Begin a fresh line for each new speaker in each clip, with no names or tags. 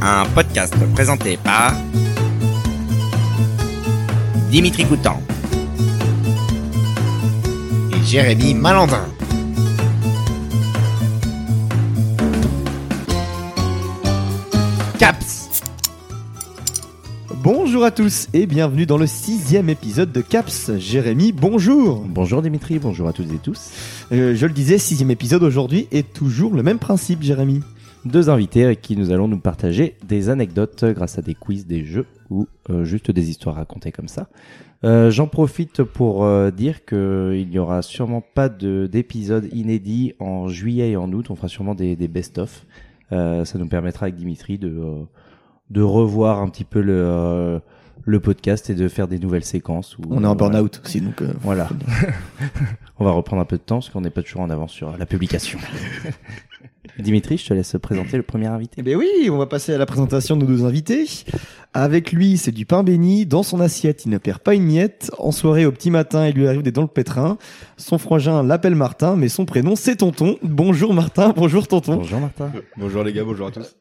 un podcast présenté par Dimitri Coutan
et Jérémy Malandin.
Caps.
Bonjour à tous et bienvenue dans le sixième épisode de Caps. Jérémy, bonjour.
Bonjour Dimitri, bonjour à toutes et tous.
Euh, je le disais, sixième épisode aujourd'hui et toujours le même principe, Jérémy.
Deux invités avec qui nous allons nous partager des anecdotes grâce à des quiz, des jeux ou euh, juste des histoires racontées comme ça. Euh, J'en profite pour euh, dire que il n'y aura sûrement pas de- d'épisode inédit en juillet et en août. On fera sûrement des, des best-of. Euh, ça nous permettra avec Dimitri de euh, de revoir un petit peu le euh, le podcast et de faire des nouvelles séquences. ou-
On est en
voilà.
burn-out aussi, donc euh,
Voilà. On va reprendre un peu de temps parce qu'on n'est pas toujours en avance sur la publication. Dimitri, je te laisse présenter le premier invité.
Eh bien oui, on va passer à la présentation de nos deux invités. Avec lui, c'est du pain béni. Dans son assiette, il ne perd pas une miette. En soirée, au petit matin, il lui arrive des dents le pétrin. Son frangin l'appelle Martin, mais son prénom, c'est Tonton. Bonjour Martin, bonjour Tonton.
Bonjour Martin.
Bonjour les gars, bonjour à tous.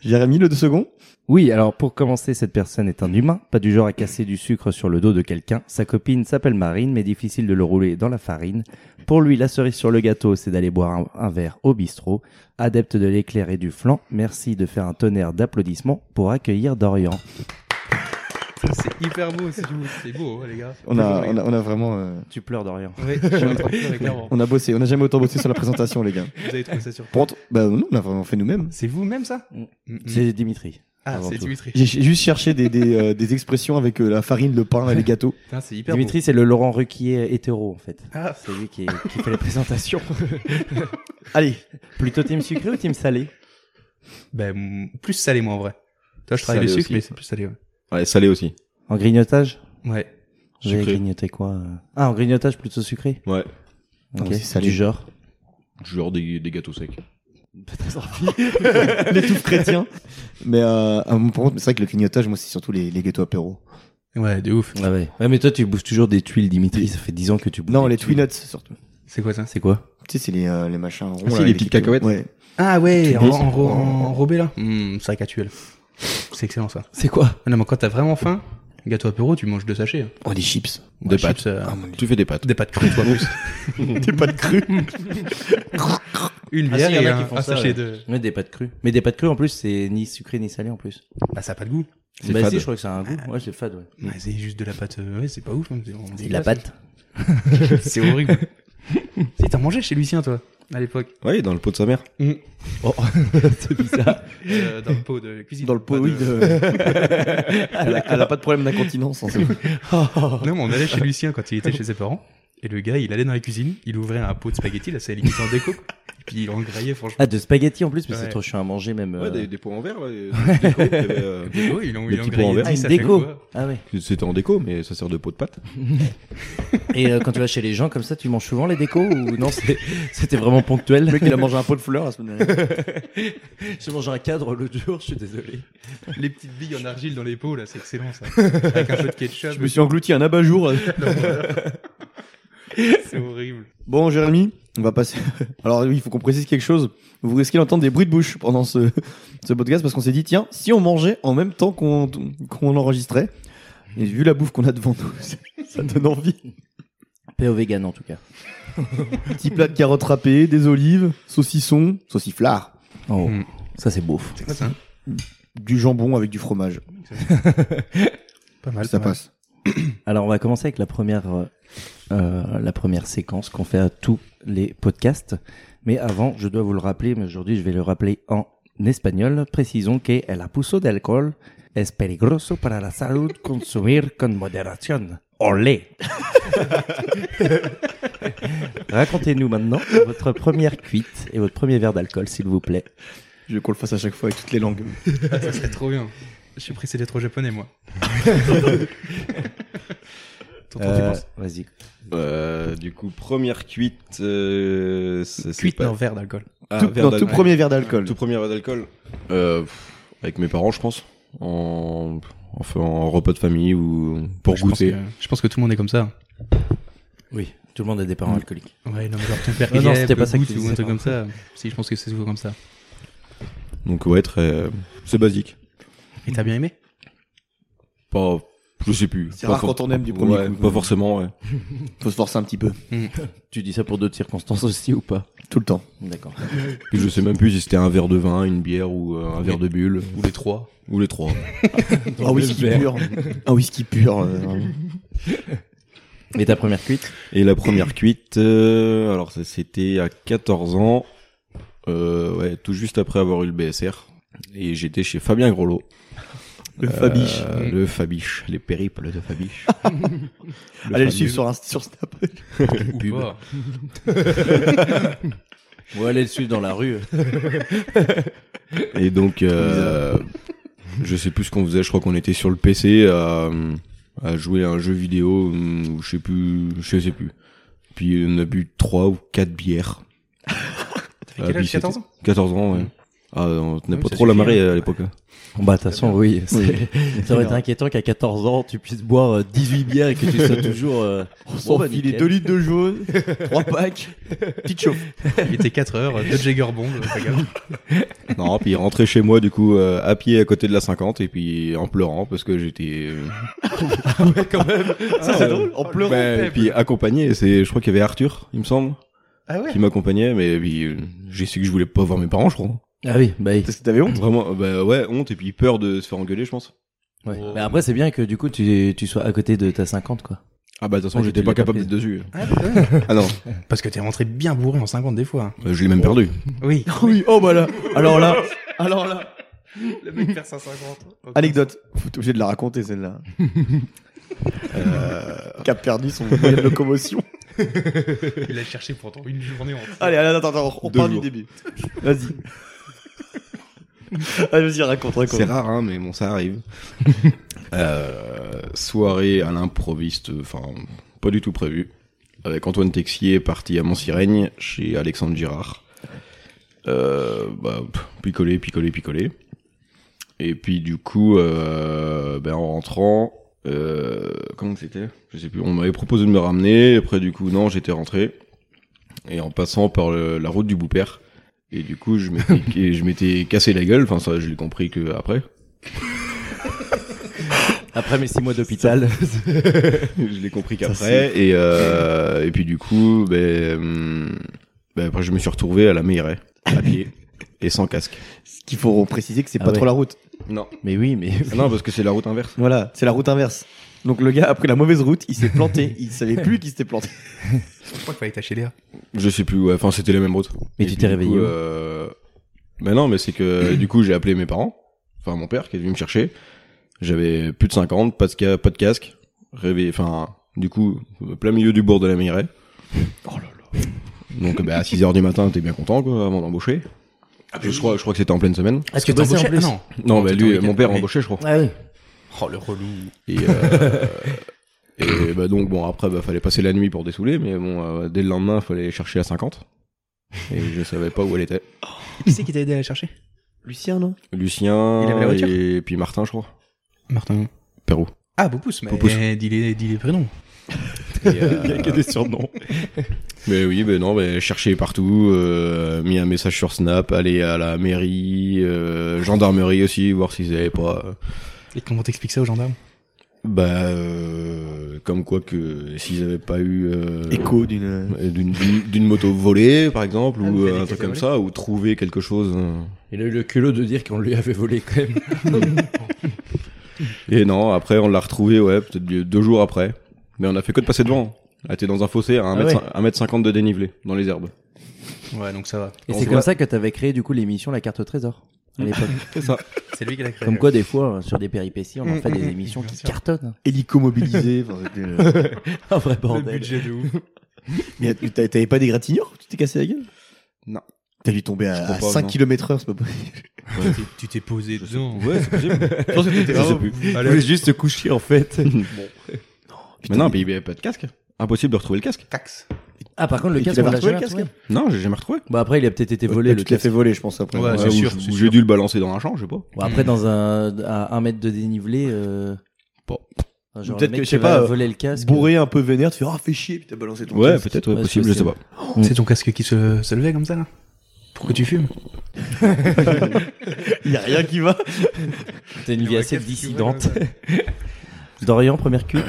Jérémy, le deux second.
Oui, alors pour commencer, cette personne est un humain, pas du genre à casser du sucre sur le dos de quelqu'un. Sa copine s'appelle Marine, mais difficile de le rouler dans la farine. Pour lui, la cerise sur le gâteau, c'est d'aller boire un, un verre au bistrot. Adepte de l'éclair et du flan, merci de faire un tonnerre d'applaudissements pour accueillir Dorian.
C'est hyper beau, c'est beau, c'est beau hein, les gars.
On a, on a, on a vraiment, euh,
Tu pleures Dorian.
Ouais, je suis en train de pleurer, clairement.
on a bossé. On n'a jamais autant bossé sur la présentation, les gars.
Vous avez trouvé ça sur.
Pour autre- bah, non, on a vraiment fait nous-mêmes.
C'est vous-même ça
Mm.
Mm, mm.
C'est Dimitri.
Ah,
avant
c'est
tout.
Dimitri.
J'ai j'ai juste cherché des, des, euh, des expressions avec euh, la farine, le pain et les gâteaux.
Putain, c'est hyper
Dimitri, c'est le Laurent Ruquier hétéro en fait.
beau. Ah,
C'est lui qui, qui fait les présentations.
Allez,
Plutôt team sucré ou team salé
ben, mm, plus salé moi en vrai. Toi, je travaille le
Salé
sucre,
aussi.
mais c'est plus salé. Ouais.
Ouais, salé aussi.
En grignotage
ouais.
J'ai
Sucré.
grignoté quoi euh Ah, en grignotage plutôt sucré
Ouais.
Non,
Ok,
Ah, c'est salé.
Du genre
Genre des, des gâteaux secs.
l'étouffe chrétien. Mais euh, ah, bon, par contre, c'est vrai que le clignotage, moi, c'est surtout les, les gâteaux apéro.
Ouais, de ouf.
Ah ouais. ouais, mais toi tu bouffes toujours des tuiles, Dimitri. Ça fait 10 ans que tu bouffes.
Non,
des
les
tuiles.
Twinuts, surtout.
C'est quoi ça
C'est quoi
Tu sais, c'est les, euh, les machins ronds.
Ah, si,
là,
les petites
gâteaux.
cacahuètes.
Ouais.
Ah ouais, en,
dis-
en, ro- en enrobé là. Mm, c'est caricatuel. C'est excellent ça.
C'est quoi
Ah Non, mais quand t'as vraiment faim, gâteau apéro, tu manges deux sachets. hein.
Oh, des chips.
Des
Ouais,
pâtes.
chips, euh,
Ah, mon dieu.
Tu fais des pâtes.
Des pâtes crues, toi, en plus.
T'es pas de cru.
Une
Ah,
bière
si, y en
et
a qui
un,
font
un
ça,
sachet
ouais.
de.
Mais des pâtes crues. Mais des pâtes crues en plus, c'est ni sucré ni salé en plus.
Bah, ça a pas de goût.
C'est
bah
fade.
si, je crois que ça a un goût. Ouais, c'est fade, ouais.
Ouais, c'est juste de la pâte. euh, Ouais, c'est pas ouf. hein, c'est- on
C'est
dit
de la
pas, ça.
pâte.
C'est horrible. si t'as mangé chez Lucien, toi, à l'époque.
Ouais, dans le pot de sa mère.
C'est bizarre.
Euh, dans le pot de cuisine.
Dans le pot, oui. de- Ah, elle, a, elle a pas de problème d'incontinence. en fait.
Non, mais on allait chez Lucien quand il était chez ses parents. Et le gars, il allait dans la cuisine, il ouvrait un pot de spaghettis, là, c'est limite en déco. quoi. Et puis il engraillait, franchement.
Ah, de spaghettis en plus, mais
Ouais.
c'est trop chiant à manger même. euh,
Ouais, des, des pots en verre, là. et- déco, il y avait, euh,
Déco, il en,
Des
il
petits pots en
engraillait.
verre.
Ah, une
dix, ça fait
déco.
quoi
Ah ouais.
C'était en déco, mais ça sert de pot de pâte.
Et euh, quand tu vas chez les gens comme ça, tu manges souvent les décos ou non c'est- C'était vraiment ponctuel.
Le mec, il a mangé un pot de fleurs hein, la semaine dernière.
J'ai mangé un cadre l'autre jour, je suis désolé.
Les petites billes en argile dans les pots, là, c'est excellent, ça. Avec un peu de ketchup.
Je me suis englouti un abat-jour.
C'est horrible.
Bon, Jérémy, on va passer. Alors, oui, il faut qu'on précise quelque chose. Vous risquez d'entendre des bruits de bouche pendant ce, ce podcast parce qu'on s'est dit, tiens, si on mangeait en même temps qu'on qu'on enregistrait, et vu la bouffe qu'on a devant nous, ça donne envie.
Paix aux vegan en tout cas.
Petit plat de carottes râpées, des olives, saucisson, sauciflard,
Oh,
Hmm.
Mm.
ça c'est beau.
C'est quoi ça hein.
du jambon avec du fromage.
Pas mal.
ça
pas mal.
passe.
Alors on va commencer avec la première, euh, euh, la première séquence qu'on fait à tous les podcasts. Mais avant, je dois vous le rappeler, mais aujourd'hui je vais le rappeler en espagnol. Précisons que el abuso de alcohol es peligroso para la salud. Consumir con moderación. Olé Racontez-nous maintenant votre première cuite et votre premier verre d'alcool, s'il vous plaît.
Je veux qu'on le fasse à chaque fois avec toutes les langues.
Ah, ça serait trop bien. Je suis pressé d'être au japonais, moi. Tonton, tu
Euh,
penses
Vas-y.
Euh, du coup, première cuite. Euh, ça, c'est
Cuite
pas-
dans verre d'alcool.
Ah,
tout,
verre
non, tout
d'alcool.
premier verre d'alcool.
Tout premier verre d'alcool. Euh, pff, avec mes parents, je pense. En, en, fait, en repas de famille ou pour
Je pense
goûter.
que- Je pense que tout le monde est comme ça.
Oui, tout le monde a des parents alcooliques.
Ouais, non, mais genre ton père
Non,
qui
non,
lève,
c'était pas ça que
goûte
tu
ou un
disais,
truc
pardon.
comme ça. Si, je pense que c'est souvent comme ça.
Donc ouais, très, euh, c'est basique.
Et t'as bien aimé
Pas, je sais plus.
C'est
Pas
rare
for-
quand on aime du premier
ouais,
coup.
Pas forcément, ouais.
Faut se forcer un petit peu.
Tu dis ça pour d'autres circonstances aussi ou pas
Tout le temps.
D'accord.
Puis je sais même plus si c'était un verre de vin, une bière ou euh, un verre de bulle
Ou les trois
ou les trois.
Un whisky pur. Un whisky pur. euh, vraiment.
Et ta première cuite
Et la première cuite, euh, alors ça c'était à 14 ans, euh, ouais, tout juste après avoir eu le BSR. Et j'étais chez Fabien Grolot.
le Fabiche.
Euh, le Fabiche, les périples de Fabiche.
Allez le
fameux.
suivre sur, Insta- sur Snap.
Ou
Pub.
pas
Ou aller le suivre dans la rue.
Et donc, euh, je sais plus ce qu'on faisait. Je crois qu'on était sur le PC à, à jouer à un jeu vidéo. hum, ou Je sais plus. Je sais plus. Puis on a bu trois ou quatre bières.
T'avais quel
Ah, puis
âge 14 ans Mmh.
14 ans, ouais. Ah, on tenait
Ouais,
pas
ça
trop la
suffit,
marée à l'époque. hein.
Bah, de toute façon, oui. c'est- Ça aurait été inquiétant qu'à 14 ans, tu puisses boire euh, 18 bières et que tu sois toujours. euh,
On
bon, bah,
s'enfile les
nickel.
2 litres de jaune, 3 packs, petite chauffe.
Il était 4 heures, euh, deux Jagger Bomb, fais gaffe.
Non, puis rentrer chez moi, du coup, euh, à pied à côté de la 50, et puis en pleurant, parce que j'étais... euh, Ah,
Ça c'est drôle, en pleurant.
bah, et puis accompagné, c'est, je crois qu'il y avait Arthur, il me semble,
Ah ouais
qui m'accompagnait, mais puis, euh, j'ai su que je voulais pas voir mes parents, je crois.
Ah oui, bah oui.
Parce que t'avais honte
Vraiment, euh, bah ouais, honte, et puis peur de se faire engueuler, je pense.
Ouais.
Oh.
Mais après, c'est bien que du coup, tu, tu sois à côté de ta 50, quoi.
Ah bah de toute façon,
Ouais,
j'étais
tu
pas
l'as pas
capable
prise.
d'être dessus.
Ah, ouais.
Ah non,
Parce que t'es rentré bien bourré en 50 des fois.
euh, je l'ai même perdu.
Oui.
Oui, oh bah là, alors là, alors là.
Le mec perd 150.
Anecdote, faut être obligé de la raconter celle-là. euh, qui a perdu son moyen de locomotion.
Il a cherché pendant une journée entière.
Allez, allez, attends, attends, on
Deux
part
jours.
du début. Vas-y. Ah, vas-y, raconte, raconte.
C'est rare, hein, mais bon, ça arrive. Euh, soirée à l'improviste, enfin, pas du tout prévu. Avec Antoine Texier, parti à Montsirègne, chez Alexandre Girard. Euh, bah, pff, picoler, picoler, picoler. Et puis, du coup, euh, ben, en rentrant, euh, comment c'était Je sais plus, on m'avait proposé de me ramener, après, du coup, non, j'étais rentré. Et en passant par le- la route du Boupère, et du coup, je m'étais, et je m'étais cassé la gueule. Enfin, ça, je l'ai compris que après.
Après mes 6 mois d'hôpital.
je l'ai compris qu'après. Et, euh, et puis du coup, ben, hum, ben, après, je me suis retrouvé à la Meilleraie, à pied, et sans casque.
Ce qu'il faut préciser que c'est
Ah
pas
ouais.
trop la route.
Non. Ah
mais oui, mais.
Non, parce que c'est la route inverse.
Voilà, c'est la route inverse. Donc le gars a pris la mauvaise route, il s'est planté, il savait plus qu'il s'était planté.
Je crois qu'il fallait tâcher l'air.
Je sais plus. ouais. Enfin, c'était la même route.
Mais
Et
tu
puis,
t'es
du
réveillé
coup,
où
Ah,
euh, Ben non, mais c'est que du coup, j'ai appelé mes parents, enfin mon père qui est venu me chercher. J'avais plus de 50, pas de, ca- pas de casque, réveillé, enfin, du coup, plein milieu du bourg de la Meilleraie. Donc ben, à 6h du matin, t'es bien content quoi, avant d'embaucher. Je crois, je crois que c'était en pleine semaine.
Est-ce que
T'embauchais Ah non.
Non, bah
t'étais en
lui,
week-end.
mon père
Mais-
embauchait, je crois.
Ah oui.
Oh le relou.
Et, euh, et bah donc bon après bah fallait passer la nuit pour dessouler mais bon euh, dès le lendemain fallait chercher la 50 et je savais pas où elle était.
Qui c'est qui t'a aidé à la chercher
Lucien, non
Lucien
Il avait la voiture
et puis Martin je crois.
Martin.
Pérou.
Ah, Bopus, mais
Bopus.
dis les, dis les prénoms.
Et, euh,
des surnoms.
mais oui ben non mais chercher partout euh, mis un message sur Snap aller à la mairie euh, gendarmerie aussi voir s'ils avaient pas euh,
Et comment t'expliques ça aux gendarmes
bah euh, comme quoi que s'ils avaient pas eu euh,
Écho d'une.
Euh, d'une- d'une d'une moto volée par exemple
Ah, vous
ou
faites
euh,
des
un
caisses
truc comme
volées.
ça ou trouver quelque chose euh.
Il a eu le culot de dire qu'on lui avait volé quand même.
et non après on l'a retrouvé ouais peut-être deux deux jours après mais on a fait que de passer devant elle était dans un fossé à 1
Ah
mètre,
ouais.
cin- 1 mètre 50 de dénivelé dans les herbes
Ouais, donc ça va.
Et
On
c'est
se
comme
voit.
ça que t'avais créé du coup l'émission La carte au trésor. À l'époque.
C'est lui qui l'a créé.
Comme quoi, des fois, euh, sur des péripéties, on en
Mm,
fait
mm,
des
mm.
émissions
Bien
qui
sûr.
cartonnent.
Hélico mobilisé. enfin, c'était, euh,
Un vrai
Le
bordel.
budget de ouf.
Mais tu t'a- t'avais pas des gratignures Tu t'es cassé la gueule
Non.
T'as dû tomber à,
crois
à
pas,
5
non.
km heure, c'est pas possible.
Tu- Tu t'es posé dedans.
ouais c'est possible
Je pense que t'étais
Je sais
vraiment-
plus.
Allez,
juste se coucher en fait.
mais non puis il y avait pas de casque impossible de retrouver le casque
taxe.
Ah, par contre, le
Et tu
casque,
l'avais
on l'a
retrouvé, le
jamais
casque
retrouvé.
non j'ai jamais retrouvé
Bon, après, il a peut-être été volé le
Tu te l'as
casque.
fait voler, je pense, après.
Ouais, c'est
ou
sûr,
je-
c'est
ou
sûr.
j'ai dû le balancer dans un champ je sais pas
Bon, après, dans un, à un mètre de dénivelé, euh...
Bon.
Enfin, genre,
Peut-être
le mec
que, je sais
qui va
pas, euh,
voler le casque.
Bourré un peu vénère, tu fais Ah, fais chier, puis t'as balancé ton
ouais
casque.
peut-être ouais,
Mm.
Ouais, c'est
possible je sais pas
C'est ton casque qui se, se levait comme ça là Pourquoi tu fumes
Il n'y a rien qui va.
T'as une
Je
vie
vois
assez
qu'est-ce que tu
dissidente.
vois,
Dorian, première cuite.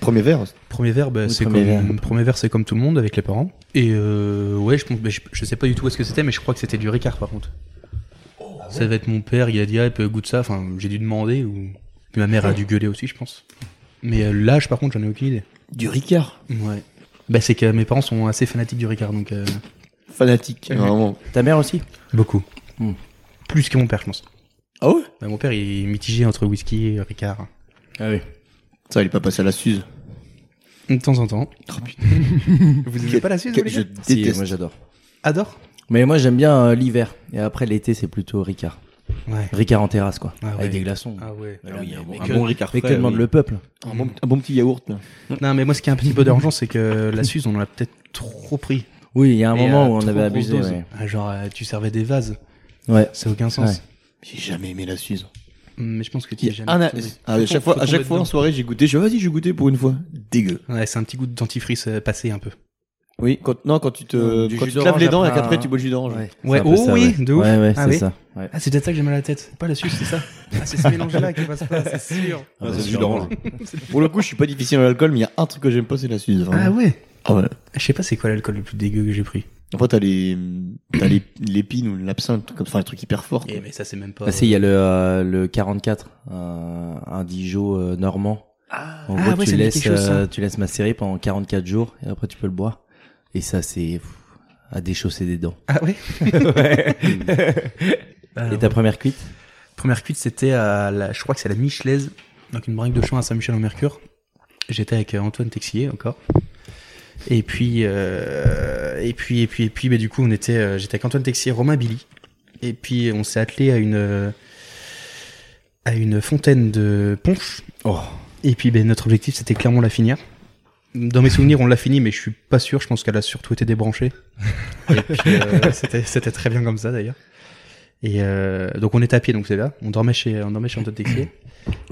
Premier verre. hein.
Premier verre, bah,
Oui,
c'est
premier
comme premier verre, c'est comme tout le monde avec les parents. Et euh, ouais, je, pense- bah, je, je sais pas du tout où est-ce que c'était, mais je crois que c'était du Ricard par contre. ça devait être mon père, il a dit ah peut goûte ça. Enfin, j'ai dû demander ou puis ma mère a dû gueuler aussi, je pense. Mais euh, l'âge par contre, j'en ai aucune idée.
Du Ricard.
Ouais. Bah c'est que mes parents sont assez fanatiques du Ricard, donc euh,
Fanatique. Vraiment.
Ta mère aussi
beaucoup.
Hmm.
Plus que mon père, je pense.
Ah ouais
Bah, mon père il est mitigé entre whisky et Ricard. hein.
Ah oui.
Ça, il est pas passé à la Suze.
De temps en temps. Oh, Vous aimez
Quel-
pas la Suisse,
quel-
vous, les
je
gars
Si,
déteste.
moi j'adore.
Adore.
Mais moi j'aime bien euh, l'hiver. Et après l'été, c'est plutôt Ricard.
Ouais.
Ricard en terrasse, quoi.
Ah ouais.
Avec des glaçons.
Ah ouais.
Voilà, mais- mais
un
que-
bon Ricard
mais que
frais,
demande
oui.
le peuple
Un bon, un bon petit yaourt. Là.
Non, mais moi, ce qui est un petit peu dérangeant, c'est que la Suze, on en a peut-être trop pris.
Oui, il y a un
Et,
moment
euh,
où on
trop
avait
grosse
abusé.
dose.
Ouais.
Ah, Genre, euh, tu servais des vases.
Ouais.
Ça n'a aucun sens.
Ouais.
J'ai jamais aimé la Suze.
Mm, Mais je pense que tu
Il
es
y a
jamais.
un a-
tombé.
Ah, à chaque
Faut
fois, à
tomber
chaque fois en
dedans.
soirée, j'ai goûté. Je vas-y, j'ai goûté pour une fois. Dégueu.
Ouais, c'est un petit goût de dentifrice euh, passé un peu.
Oui. Euh, Quand, non, quand tu te,
Du
quand
jus
tu te laves
d'orange
les dents et
après
qu'après
un-
tu bois le jus d'orange.
c'est
Ouais,
un peu
oh oui,
ouais.
de ouf.
Ouais, ouais,
Ah
c'est
oui.
ça. Ouais.
Ah, c'est peut-être ça que j'ai mal à la tête. Pas la Suze, c'est ça. Ah, c'est ce mélange-là qui passe pas, c'est sûr.
Ah, bah,
c'est du
sûrement.
d'orange.
Pour le coup, je suis pas difficile à l'alcool, mais il y a un truc que j'aime pas, c'est la Suze.
Ah
vraiment.
ouais.
Ah ouais.
Je sais pas c'est quoi l'alcool le plus dégueu que j'ai pris.
Après, t'as les, t'as les, l'épine ou l'absinthe, comme, enfin, les trucs hyper forts. quoi.
Eh, mais ça, c'est même pas.
Ah si, il y a le, euh, le 44, euh, un Dijon euh, normand.
Ah,
En
ah,
gros,
ouais,
tu,
ça me dit
laisses,
quelque chose, ça.
euh, tu laisses macérer pendant 44 jours et après tu peux le boire. Et ça, c'est pff, à déchausser des dents.
Ah ouais.
et ta première cuite
Première cuite, c'était à la, je crois que c'est la Michelaise, donc une brinque de champ à Saint-Michel-au-Mercure. J'étais avec euh, Antoine Texier encore. Et puis, euh, et puis, et puis, et puis, mais du coup, on était, euh, j'étais avec Antoine Texier, Romain Billy. Et puis, on s'est attelé à une, euh, à une fontaine de punch.
Oh.
Et puis, ben, notre objectif, c'était clairement la finir. Dans mes souvenirs, on l'a fini, mais je suis pas sûr. Je pense qu'elle a surtout été débranchée. Et puis, euh, c'était, c'était très bien comme ça, d'ailleurs. Et euh, donc, on était à pied, donc c'est là. On dormait chez, on dormait chez Antoine Texier.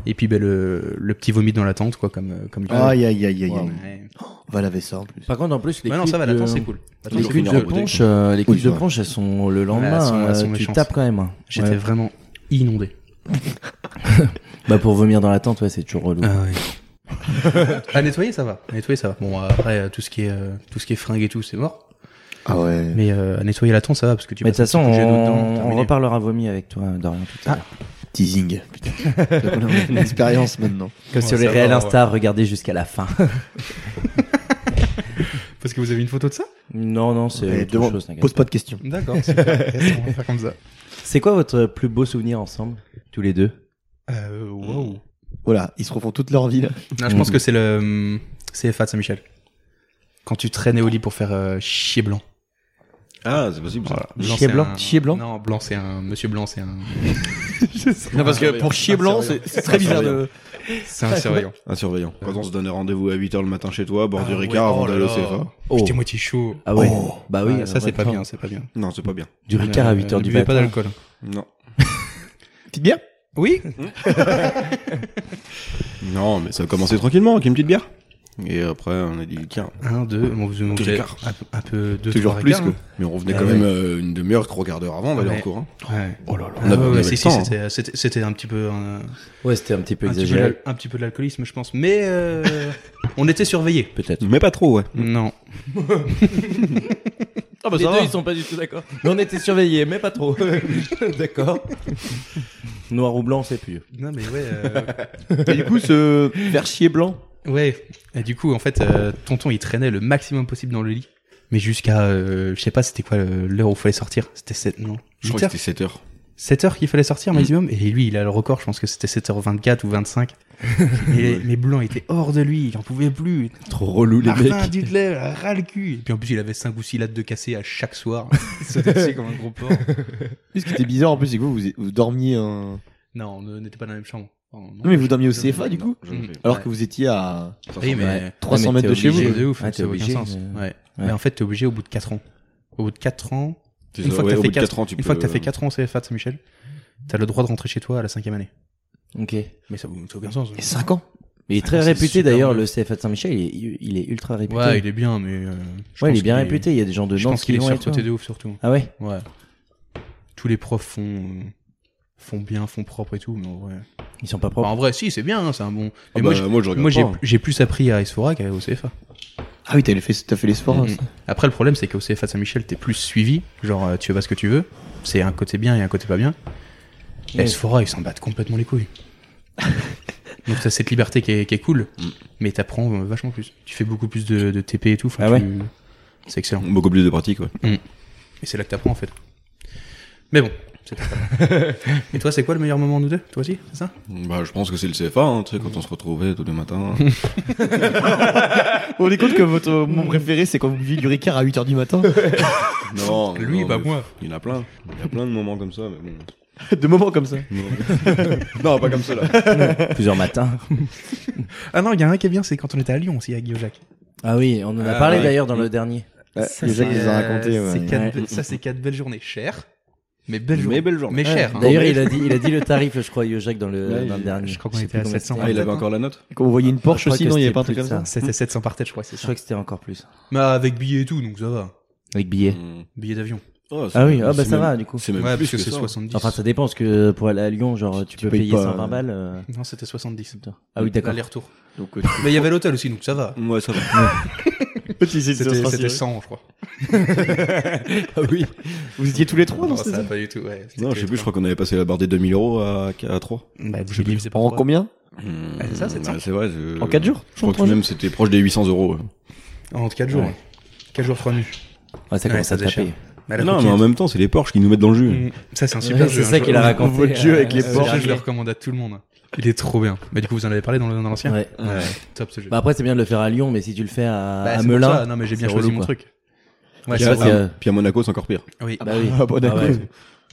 Et puis, ben, le, le petit vomi dans la tente, quoi, comme, euh, comme.
Aïe, aïe, aïe, aïe,
Ouais.
aïe. Va laver ça, en plus.
Par contre, en plus, les
Ouais, non, ça va,
cuites
l'attente,
de-
c'est cool. L'attente,
Les
c'est
cuites
cool.
de
Toujours
ponche, euh, les
Oui,
cuites de
ouais.
ponche, elles sont le
Ouais,
lendemain.
elles sont- elles sont
euh, tu
méchantes.
tapes quand même. hein.
J'étais
Ouais.
vraiment inondé.
Bah, pour vomir dans la tente, ouais, c'est toujours relou.
Ah, à nettoyer, ça va. À nettoyer, ça va. Bon, après, euh, tout ce qui est, euh, tout ce qui est fringue et tout, c'est mort.
Ah ouais.
Mais euh, à nettoyer la tente, ça va, parce que tu
Mais de
passes
toute
un
façon,
petit coup de jet d'eau
on,
dedans,
on
terminé.
reparlera vomi avec toi, Dorian, tout
Ah,
à l'heure.
Teasing. Putain. On a une expérience maintenant.
Comme sur
Ouais,
les
ça
réels
va,
Insta, regardez jusqu'à la fin.
Parce que vous avez une photo de ça
non, non, c'est
Et
autre
demande-
chose, t'inquiète
pose pas de questions.
D'accord, super. Yes, on va faire comme ça.
pas. C'est quoi votre plus beau souvenir ensemble, tous les deux
Euh, wow.
Voilà, ils se refont toute leur vie là.
Non, je pense que c'est le hum, CFA de Saint-Michel. Quand tu traînais au lit pour faire euh, chier blanc.
Ah, c'est possible ça.
Blanc,
Chier
c'est
blanc,
un-
chier blanc
Non, blanc, c'est un. Monsieur blanc, c'est un.
Non, parce que pour chier blanc, c'est c'est
Ah,
très bizarre de.
C'est un surveillant.
Un surveillant. Quand on se donnait rendez-vous à 8h le matin chez toi, bord du Ricard avant d'aller au CFA.
Oh.
J'étais moitié chaud.
Ah ouais
Oh.
Bah oui,
Ouais,
en
ça, c'est
vrai,
pas
attends.
bien, c'est pas bien.
Non, c'est pas bien.
Du Ricard à
Euh,
8h
ne
du
buvez pas
matin.
d'alcool.
Non.
Petite bière
Oui
Non, mais ça a commencé tranquillement avec une petite bière. Et après, on a dit, tiens,
Un, deux, on vous on
Deux
faisait
écarts.
un, un peu deux,
toujours
trois
plus
écarts,
quoi. Mais on revenait
Ah
quand
ouais.
même euh, une demi-heure, trois quarts d'heure avant d'aller
Ouais.
en cours. hein.
hein. Ouais.
Oh là là.
Ah
On avait,
ouais,
on avait
si,
le
si,
temps, hein.
c'était- c'était c'était un petit peu un, un
Ouais, c'était un petit peu
petit peu de
exagéré.
l'al- un petit peu de l'alcoolisme, je pense. Mais euh, on était surveillés.
Peut-être.
Mais pas trop, ouais.
Non.
Ah bah
les deux, ils sont pas du tout d'accord. Mais on était surveillés, mais pas trop. d'accord. Noir ou blanc, c'est plus.
Non, mais ouais. euh,
Et du coup, ce faire chier blanc.
Ouais, et du coup, en fait, euh, tonton, il traînait le maximum possible dans le lit. Mais jusqu'à, euh, je sais pas, c'était quoi euh, l'heure où il fallait sortir C'était 7, non
Je crois
8 heures
que c'était 7h.
7 heures qu'il fallait sortir maximum. Et lui, il a le record, je pense que c'était 7h24 ou 25. et mais Blanc était hors de lui, il en pouvait plus.
Trop relou, les
Martin
mecs.
Dudley, ras le cul. Et puis en plus, il avait 5 ou 6 lattes de cassé à chaque soir. Il sautait dessus comme un gros porc.
Ce qui était bizarre en plus, c'est que vous, vous, vous dormiez. hein, un-
Non, on n'était pas dans la même chambre. Oh, non.
Non, mais vous dormiez au CFA du coup
Je le fais.
Alors
Ouais.
que vous étiez à.
Oui, mais...
300 mètres de chez vous,
C'est
quoi.
de ouf,
Ah,
c'est
t'es
aucun
obligé.
sens.
mais-
Ouais.
Ouais.
Mais en fait, t'es obligé au bout de 4 ans. Au bout de 4 ans,
C'est
Une
ça,
fois que
ouais,
t'as
au
fait
bout de
quatre-
quatre ans, tu
Une fois que
peux- euh,
t'as fait 4 ans au CFA de Saint-Michel, t'as le droit de rentrer chez toi à la cinquième année.
Ok.
Mais ça n'a aucun
hein.
sens.
Et 5 ans
Il est très
Ah, c'est
réputé
super
d'ailleurs,
bien.
le CFA de Saint-Michel, il, est- il est ultra réputé.
Ouais, il est bien, mais. euh, je
Ouais, il
pense
est bien
qu'il
réputé, il y a des gens de
Je
Nantes
pense
qui
qu'il est
l'ont et
surcoté
tout.
de ouf, surtout.
Ah ouais
Ouais. tous les profs font, euh, font bien, font propre et tout, mais en vrai.
Ils sont pas
Enfin,
propres.
en vrai, si, c'est bien, hein, c'est un bon.
Ah
Mais moi,
bah,
j'ai-
moi, je regarde
moi, j'ai,
pas.
j'ai plus appris à Isfora qu'à CFA.
Ah oui, t'as fait, t'as fait les
Oh,
sports.
Mhm. Après, le problème, c'est qu'au CFA de Saint-Michel, t'es plus suivi. Genre, euh, tu vas ce que tu veux. C'est un côté bien et un côté pas bien.
Mm.
Et Sfora, ils s'en battent complètement les couilles. Donc, t'as cette liberté qui est, qui est cool,
Mm.
mais t'apprends euh, vachement plus. Tu fais beaucoup plus de, de TP et tout. Enfin,
Ah ouais
tu- C'est excellent.
hein. Beaucoup plus de pratique, ouais.
Et c'est là que t'apprends, en fait. Mais bon, c'est pas grave. Et toi, c'est quoi le meilleur moment, nous deux Toi aussi, c'est ça
Bah, je pense que c'est le CFA, hein, tu sais, quand on se retrouvait tous les matins.
On est compte que votre moment préféré, c'est quand vous buvez du Ricard à 8h du matin.
non,
Lui,
non,
bah,
mais
moi.
Il y en a plein. Il y a plein de moments comme ça, mais bon.
de moments comme ça.
Non, Non, pas comme ça, là.
Plusieurs matins.
Ah non, il y a un qui est bien, c'est quand on était à Lyon aussi, avec Guillaume
Ah oui, on en a
Ah
parlé
ouais.
d'ailleurs dans le dernier.
Ça,
les gens
c'est,
nous ont
euh,
raconté.
c'est
Ouais.
quatre
Ouais.
be- Ça, c'est quatre belles journées. Cher, mais belles journées.
Mais belle journée.
Mais cher. hein.
D'ailleurs, il a dit, il a dit le tarif, je crois, Jacques, dans le,
Ouais,
dans le
je-
dernier.
je crois qu'on
sais
était
plus
à
combien
700.
Ah, il avait
Peut-être,
encore la note
Quand on voyait une Porsche
Je crois
aussi,
que
non, il y avait
c'était
pas un truc
plus
comme
de
ça.
C'était 700 par tête, je crois, c'est
Je
ça.
crois que c'était encore plus.
Mais avec billets et tout, donc ça va.
Avec billets.
Hmm.
Billets d'avion.
Oh, c'est-
Ah oui, ah bah
c'est
ça
même-
va, du coup.
C'est même
Ouais,
plus
parce que c'est 70.
Enfin, ça dépend, parce que pour aller à Lyon, genre, tu, peux
payes
payer
pas,
120
euh,
balles. euh,
Non, c'était 70.
putain. Ah oui, d'accord.
L'aller-retour.
Donc,
Mais il y avait l'hôtel aussi, donc ça va.
Ouais, ça va.
Petit, c'est- c'est-
C'était
c'est-
c'était 100, je crois.
Ah oui.
Vous étiez tous les trois dans
non,
cette
ça va pas du tout, ouais.
Non, je sais plus, je crois qu'on avait passé la barre des 2000 euros à, à 3.
Bah, je divisé par
En
trois.
combien
Ah, c'est ça, 700.
C'est vrai. je-
En 4 jours
Je crois que même c'était proche des 800 euros.
En 4 jours.
Ouais.
4 jours, 3 nuits.
Ouais, ça
Ouais,
commence
ça
à
faisait
taper.
cher. Mais à la
non,
coquille.
mais en même temps, c'est les Porsche qui nous mettent dans le jeu.
Mm. Ça, c'est un super
Ouais,
jeu.
c'est
hein,
ça
je-
qu'il a raconté.
votre jeu avec les
Ce
porcs.
jeu, je le recommande à tout le monde. Il est trop bien. Mais du coup, vous en avez parlé dans le- dans l'ancien
Ouais.
Top ce jeu.
Bah après, c'est bien de le faire à Lyon, mais si tu le fais à,
Bah,
à
c'est pour ça.
Melun.
Non, mais j'ai bien
c'est
choisi
relou,
mon
quoi.
truc. Ouais,
Puis
c'est
à-
vrai que-
Puis à Monaco, c'est encore pire.
Oui.
Bah oui.
Ah, bon,
Ah ouais.
d'accord.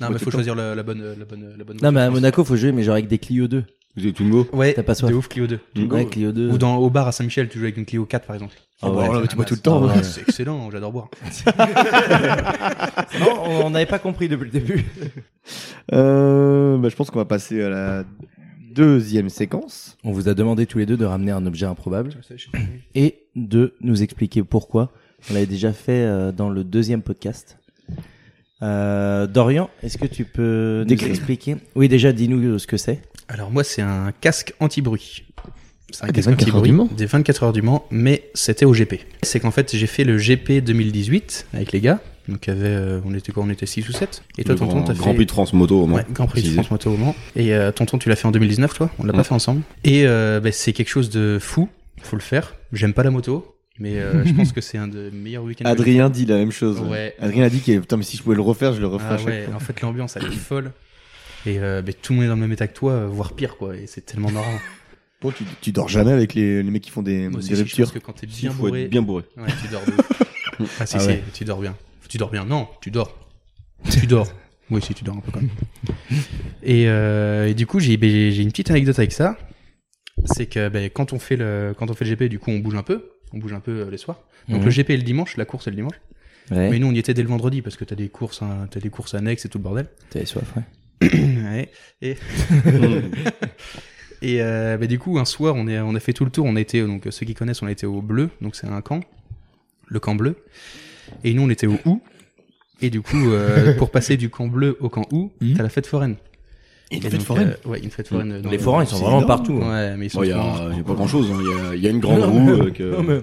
Non, mais faut choisir le- la bonne, la bonne, la bonne.
Non, mais à Monaco, faut jouer, mais genre avec des Clio 2.
Vous êtes Tungo
Ouais,
T'as pas soif.
de ouf Clio 2.
Ouais, Clio 2.
Ou dans, au bar à Saint-Michel, tu joues avec une Clio 4 par exemple.
Ah ouais,
c'est
là,
la
tu bois tout le
base.
temps,
Ah
ouais.
C'est excellent, j'adore boire.
Non, on n'avait pas compris depuis le début.
Euh, bah, je pense qu'on va passer à la deuxième séquence.
On vous a demandé tous les deux de ramener un objet improbable et de nous expliquer pourquoi. On l'avait déjà fait euh, dans le deuxième podcast. Euh, Dorian, est-ce que tu peux nous
Décrire.
expliquer Oui, déjà, dis-nous euh, ce que c'est.
Alors moi, c'est un casque anti-bruit. C'est un
Ah, des
casque
24 heures
anti-bruit
du Mans.
des 24 heures du Mans, mais c'était au GP. C'est qu'en fait, j'ai fait le GP 2018 avec les gars. Donc, il y avait, euh, on était quoi On était 6 ou 7. Et toi, tonton, t'as fait.
Grand Prix de France moto, au moins.
Ouais, Grand Prix de
Précisé.
France Moto au Mans. Et euh, Tonton, tu l'as fait en 2019, toi On l'a pas
Ouais.
fait ensemble. Et euh, bah, c'est quelque chose de fou. Faut le faire. J'aime pas la moto, mais euh, je pense que c'est un des meilleurs week-ends. que j'ai
Adrien dit la même chose.
Ouais.
Adrien a dit que putain, mais si je pouvais le refaire, je le referais
Ah
à chaque
ouais,
fois.
en fait l'ambiance elle est folle. Et euh, ben, tout le monde est dans le même état que toi, euh, voire pire quoi, et c'est tellement marrant.
Bon, Oh, tu, tu dors jamais avec les, les mecs qui font des,
Moi
des
aussi, je pense
ruptures.
que quand t'es
Si,
bien
faut
bourré,
être bien bourré.
ouais, tu dors de ouf. Ah si,
Ah
si,
ouais.
tu dors bien. Tu dors bien, non, tu dors. Tu dors. Oui, si, tu dors un peu quand même. Et, euh, et du coup, j'ai ben, j'ai- j'ai une petite anecdote avec ça. C'est que ben, quand, on fait le, quand on fait le GP, du coup, on bouge un peu. On bouge un peu euh, les soirs. Donc
Mhm.
le GP est le dimanche, la course est le dimanche.
Ouais.
Mais nous, on y était dès le vendredi parce que t'as des, courses, hein, t'as des courses annexes et tout le bordel.
T'avais soif, ouais.
Ouais. Et, et euh, bah, du coup, un soir, on, est, on a fait tout le tour. On était, donc ceux qui connaissent, on était au bleu, donc c'est un camp, le camp bleu. Et nous, on était au OU. Et du coup, euh, pour passer du camp bleu au camp OU,
Mhm.
t'as la fête foraine.
Et une
Et
fête
donc,
foraine.
euh, Ouais, une fête foraine. euh, dans
les
le-
forains, ils sont
c'est
vraiment
énorme.
partout. hein.
Ouais, mais ils sont
Bon, Oh, Il y,
trop-
a il y a pas grand chose, il y, a- il y a une grande
Non,
roue.
mais-
avec, euh,
Non, mais-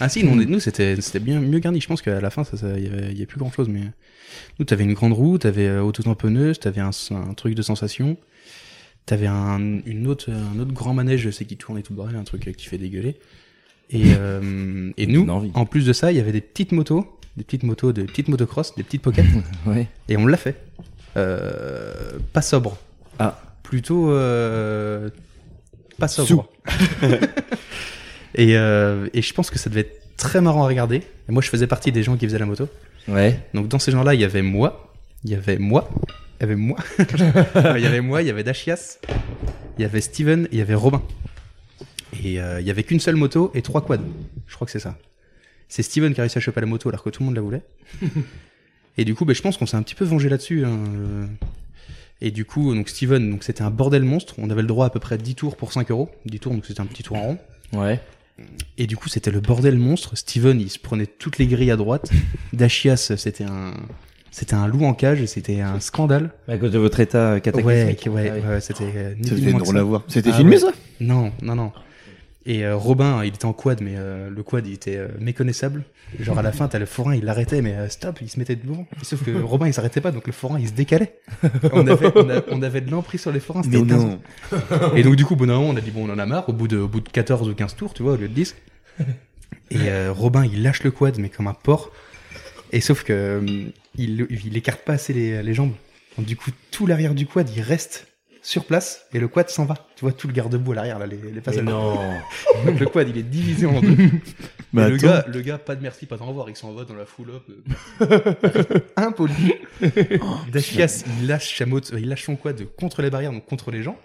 Ah si, nous,
Mm.
on est- nous c'était c'était bien mieux garni. Je pense qu'à la fin, ça, ça, il y avait, il y a plus grand chose. Mais nous, t'avais une grande roue, t'avais euh, auto-tamponneuse, t'avais un, un truc de sensation, t'avais un, une autre, euh, un autre grand manège, je sais qui tourne et tout le bordel, un truc euh, qui fait dégueuler. Et, euh, et nous,
Donne envie.
en plus de ça, il y avait des petites motos, des petites motos, des petites motocross, des petites pockets,
Ouais.
et on l'a fait. Euh, pas sobre.
Ah.
Plutôt euh, pas sobre. et, euh, et je pense que ça devait être très marrant à regarder. Et moi, je faisais partie des gens qui faisaient la moto.
Ouais.
Donc dans ces gens-là, il y avait moi, il y avait moi, il y avait moi, il y avait moi, il y avait Dashias, il y avait Steven, il y avait Robin. Et euh, il y avait qu'une seule moto et trois quads. Je crois que c'est ça. C'est Steven qui a réussi à choper la moto alors que tout le monde la voulait. et du coup, ben, je pense qu'on s'est un petit peu vengé là-dessus. hein, euh. Et du coup, donc Steven, donc c'était un bordel monstre. On avait le droit à peu près à 10 tours pour 5 euros. 10 tours, donc c'était un petit tour en rond.
Ouais.
Et du coup, c'était le bordel monstre. Steven, il se prenait toutes les grilles à droite. Dashias, c'était un, C'était un loup en cage, c'était un scandale.
À cause de votre état euh,
Ouais,
cataclysmique.
qui- ouais, ouais, c'était. euh, ni
Ça
plus
fait
ni moins que
drôle
ça.
à voir. C'était
Ah
filmé
ouais.
ça
Non, non, non. Et euh, Robin, il était en quad, mais euh, le quad, il était euh, méconnaissable. Genre à la fin, t'as le forain, il l'arrêtait, mais euh, stop, il se mettait devant. Sauf que Robin, il s'arrêtait pas, donc le forain, il se décalait. On avait, on a- on avait de l'emprise sur les forains, c'était dingue. Et donc, du coup, au bout d'un moment, on a dit, bon, on en a marre, au bout de, au bout de 14 ou 15 tours, tu vois, au lieu de 10. Et euh, Robin, il lâche le quad, mais comme un porc. Et sauf que euh, il, il écarte pas assez les, les jambes. Donc, du coup, tout l'arrière du quad, il reste sur place, et le quad s'en va. Tu vois, tout le garde-boue à l'arrière, là, les, les passages. Donc, le quad, il est divisé en deux.
Mais
Et le,
attends.
gars, le gars, pas de merci, pas de au revoir, il s'en va dans la foule. hop. Oh, Impoli. Dashias, il lâche, sa moto- il lâche son quad contre les barrières, donc contre les gens.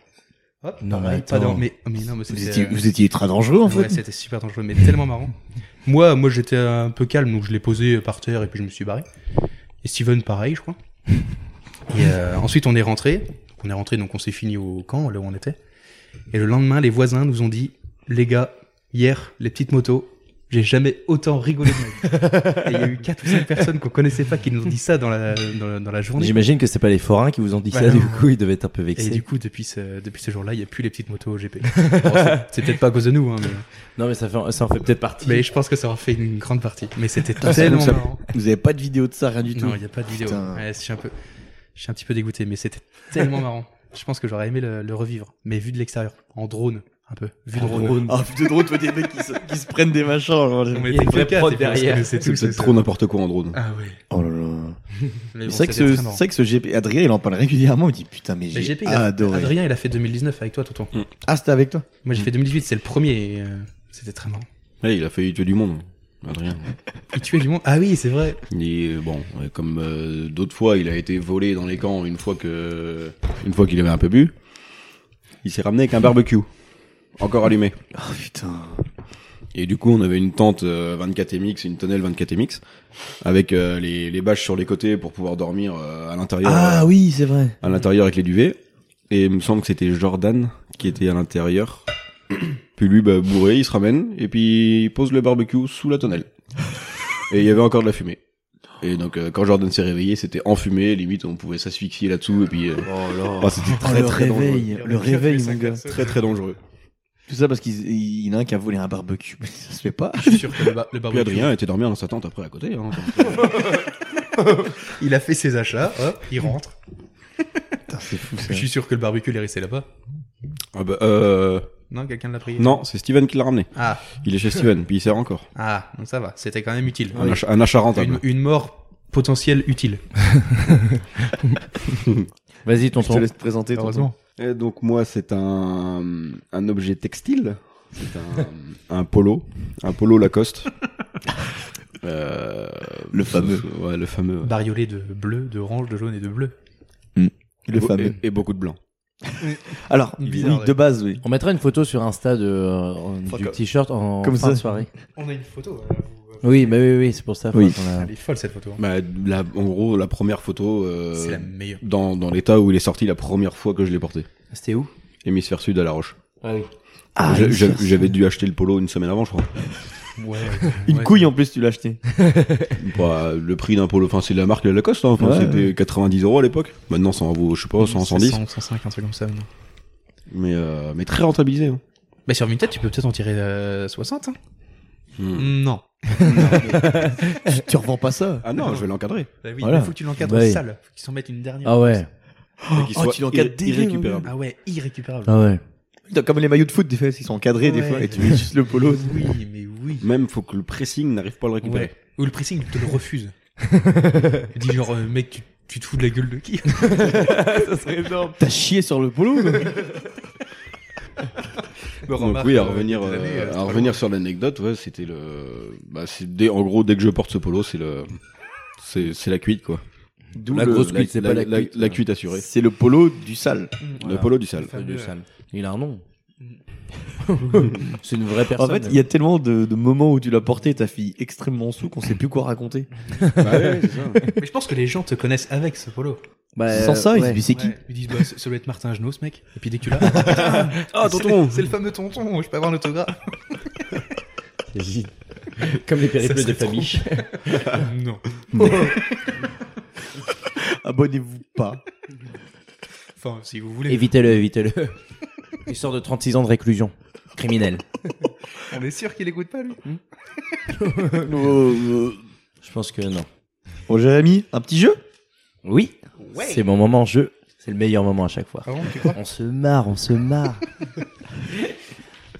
Hop,
Non, mais
pareil, pas
attends.
dans- mais, oh, mais non,
Vous
mais c'était- euh,
étiez, vous étiez très dangereux en fait.
Ouais, c'était super dangereux, mais tellement marrant. Moi, moi j'étais un peu calme, donc je l'ai posé par terre et puis je me suis barré. Et Steven, pareil, je crois. Et euh, ensuite, on est rentré. On est rentré, donc on s'est fini au camp, là où on était. Et le lendemain, les voisins nous ont dit Les gars, hier, les petites motos, j'ai jamais autant rigolé de ma vie. Et il y a eu 4 ou 5 personnes qu'on connaissait pas qui nous ont dit ça dans la, dans la, dans la journée.
J'imagine que c'est pas les forains qui vous ont dit
Bah
ça,
non.
du coup, ils devaient être un peu
Et
vexés.
du coup, depuis ce, depuis ce jour-là, il n'y a plus les petites motos au GP. Bon, c'est- c'est peut-être pas à cause de nous, hein, mais.
Non, mais ça, fait, ça en fait peut-être partie.
Mais je pense que ça en fait une grande partie. Mais c'était
Ah, c'est
tellement
cool, ça.
marrant.
Vous avez pas de vidéo de ça, rien du
Non,
tout.
il n'y a pas de vidéo.
Putain.
Ouais, je, suis un peu, je suis un petit peu dégoûté, mais c'était tellement marrant. Je pense que j'aurais aimé le, le revivre, mais vu de l'extérieur, en drone, un peu. Vu de drone.
Ah
Oh,
putain, drôle, toi, des mecs qui se, qui se prennent des machins. genre,
On
genre.
était que quatre, et puis on se
derrière.
connaissait
C'est
tous,
peut-être
ça.
trop n'importe quoi en drone.
Ah ouais.
Oh là là.
Mais
C'est
bon,
vrai que
c'était
ce,
très
c'est
marrant.
vrai que ce GP, Adrien, il en parle régulièrement. Il dit putain, mais j'ai
Mais GP, il a-
adoré.
Adrien, il a fait 2019 avec toi, Tonton.
Ah, c'était avec toi
Moi, j'ai fait 2018, c'est le premier, et euh, c'était très marrant.
Ouais, il a failli tuer du monde. Adrien.
Il tuait du monde. Ah oui, c'est vrai.
Il est- bon, ouais, comme euh, d'autres fois, il a été volé dans les camps une fois que, une fois qu'il avait un peu bu. Il s'est ramené avec un barbecue, encore allumé.
Ah,
Oh putain.
Et du coup, on avait une tente euh, 24MX, une tonnelle 24MX, avec euh, les, les bâches sur les côtés pour pouvoir dormir euh, à l'intérieur,
Ah
euh,
oui, c'est vrai.
à l'intérieur avec les duvets. Et il me semble que c'était Jordan qui était à l'intérieur. Puis lui, bah, bourré, il se ramène et puis il pose le barbecue sous la tonnelle. Et il y avait encore de la fumée. Et donc, euh, quand Jordan s'est réveillé, c'était enfumé. Limite, on pouvait s'asphyxier là-dessous. Et puis, euh, enfin, c'était
Oh,
très
le
très dangereux.
réveil, le réveil, mon gars.
Très très dangereux.
Tout ça parce qu'il il y en a un qui a volé un barbecue. Mais ça se fait pas.
Je suis sûr que le, ba- le
Puis
barbecue.
Adrien était dormir dans sa tente après à côté. Hein,
Il a fait ses achats, hop,
Mm.
il rentre.
Putain, c'est fou ça.
Je suis sûr que le barbecue, il est resté là-bas.
Ah bah, euh,
Non, quelqu'un l'a pris.
Non, c'est Steven qui l'a ramené.
Ah,
Il est chez Steven, puis il sert encore.
ah, donc ça va. C'était quand même utile.
Un, achat, un achat rentable.
Ah Une, une mort potentielle utile.
Vas-y,
Je te
tonton.
laisse te présenter. tonton.
Et donc moi, c'est un, un objet textile. C'est un, un polo. Un polo Lacoste. Euh,
Le fameux.
Ouais, le fameux. ouais.
Bariolé de bleu, d'orange, de jaune et de bleu.
Le
Et-
fameux.
Et, et beaucoup de blanc.
Oh, Alors,
Bizarre,
oui, de
ouais.
base, oui.
On mettra une photo sur Insta de, euh, du t-shirt en
Comme
fin
ça.
de soirée.
On a une photo. euh,
Oui, bah oui, oui, c'est pour ça. faut
Oui.
qu'on la-
Elle est folle cette photo. hein.
Bah, la- en gros, la première photo euh,
C'est la meilleure.
dans, dans l'état où il est sorti la première fois que je l'ai porté.
C'était où
Hémisphère Sud à La Roche.
Ah,
Je-
il
je-
cherche.
J'avais dû acheter le polo une semaine avant, je crois.
Ouais.
Une couille en plus, tu l'as acheté.
Bah, le prix d'un polo, enfin c'est la marque Lacoste, hein. enfin,
Ouais,
c'était 90 euros à l'époque. Maintenant ça en vaut, je sais pas, 100, 110,
105, un truc comme ça. Non.
mais euh, mais très rentabilisé. hein.
Bah sur Vinted, tu peux peut-être en tirer euh, 60. hein.
Hmm.
Non.
tu revends pas ça
Ah non, je vais l'encadrer.
Bah oui,
Voilà.
il faut que tu l'encadres
Bah oui.
sale. Faut que tu s'en mettes une dernière.
Ah ouais,
Qu'il
Oh,
soit
tu l'encadres
irré-
dès le
irrécupérable.
Ah ouais, irrécupérable.
ah ouais.
Comme les maillots de foot, des fois, ils sont encadrés des
Ouais.
fois, et tu mets juste le polo.
Oui, mais oui.
Même faut que le pressing n'arrive pas à le récupérer.
Ouais. Ou le pressing, il te le refuse. il dit genre, euh, mec, tu, tu te fous de la gueule de qui
T'as chié sur le polo quoi.
Donc oui, à revenir, euh, à revenir sur l'anecdote, ouais, c'était le, bah, c'est dès- en gros dès que je porte ce polo, c'est le, c'est c'est la cuite quoi. D'où
La
le-
grosse cuite, c'est pas la cuite.
la cuite assurée.
C'est le polo du sale.
Le polo du sale.
Fameux,
Du
euh,
sale. Il a un nom. c'est une vraie
En
personne.
fait, il y a tellement de, de moments où tu l'as porté, ta fille extrêmement sous, qu'on sait plus quoi raconter.
Bah ouais, c'est ça.
Mais je pense que les gens te connaissent avec ce polo.
Bah,
Sans ça,
ouais.
ils se disent, c'est qui
Ouais, Ils disent, bah, ça ça doit être Martin Agenot, ce mec. Et puis dès que tu l'as. putain,
Ah,
c'est-
tonton.
C'est le fameux tonton, je peux avoir l'autographe.
Comme les
périples
périples
des
des familles.
non.
abonnez-vous pas.
Enfin, si vous voulez.
Évitez-le, évitez-le. Il sort de 36 ans de réclusion. Criminel.
On est sûr qu'il écoute pas, lui. Oh,
Je pense que non.
Bon, Jérémy, un petit jeu
Oui, c'est mon moment jeu. C'est le meilleur moment à chaque fois.
Ah bon, tu crois
On se marre, on se marre.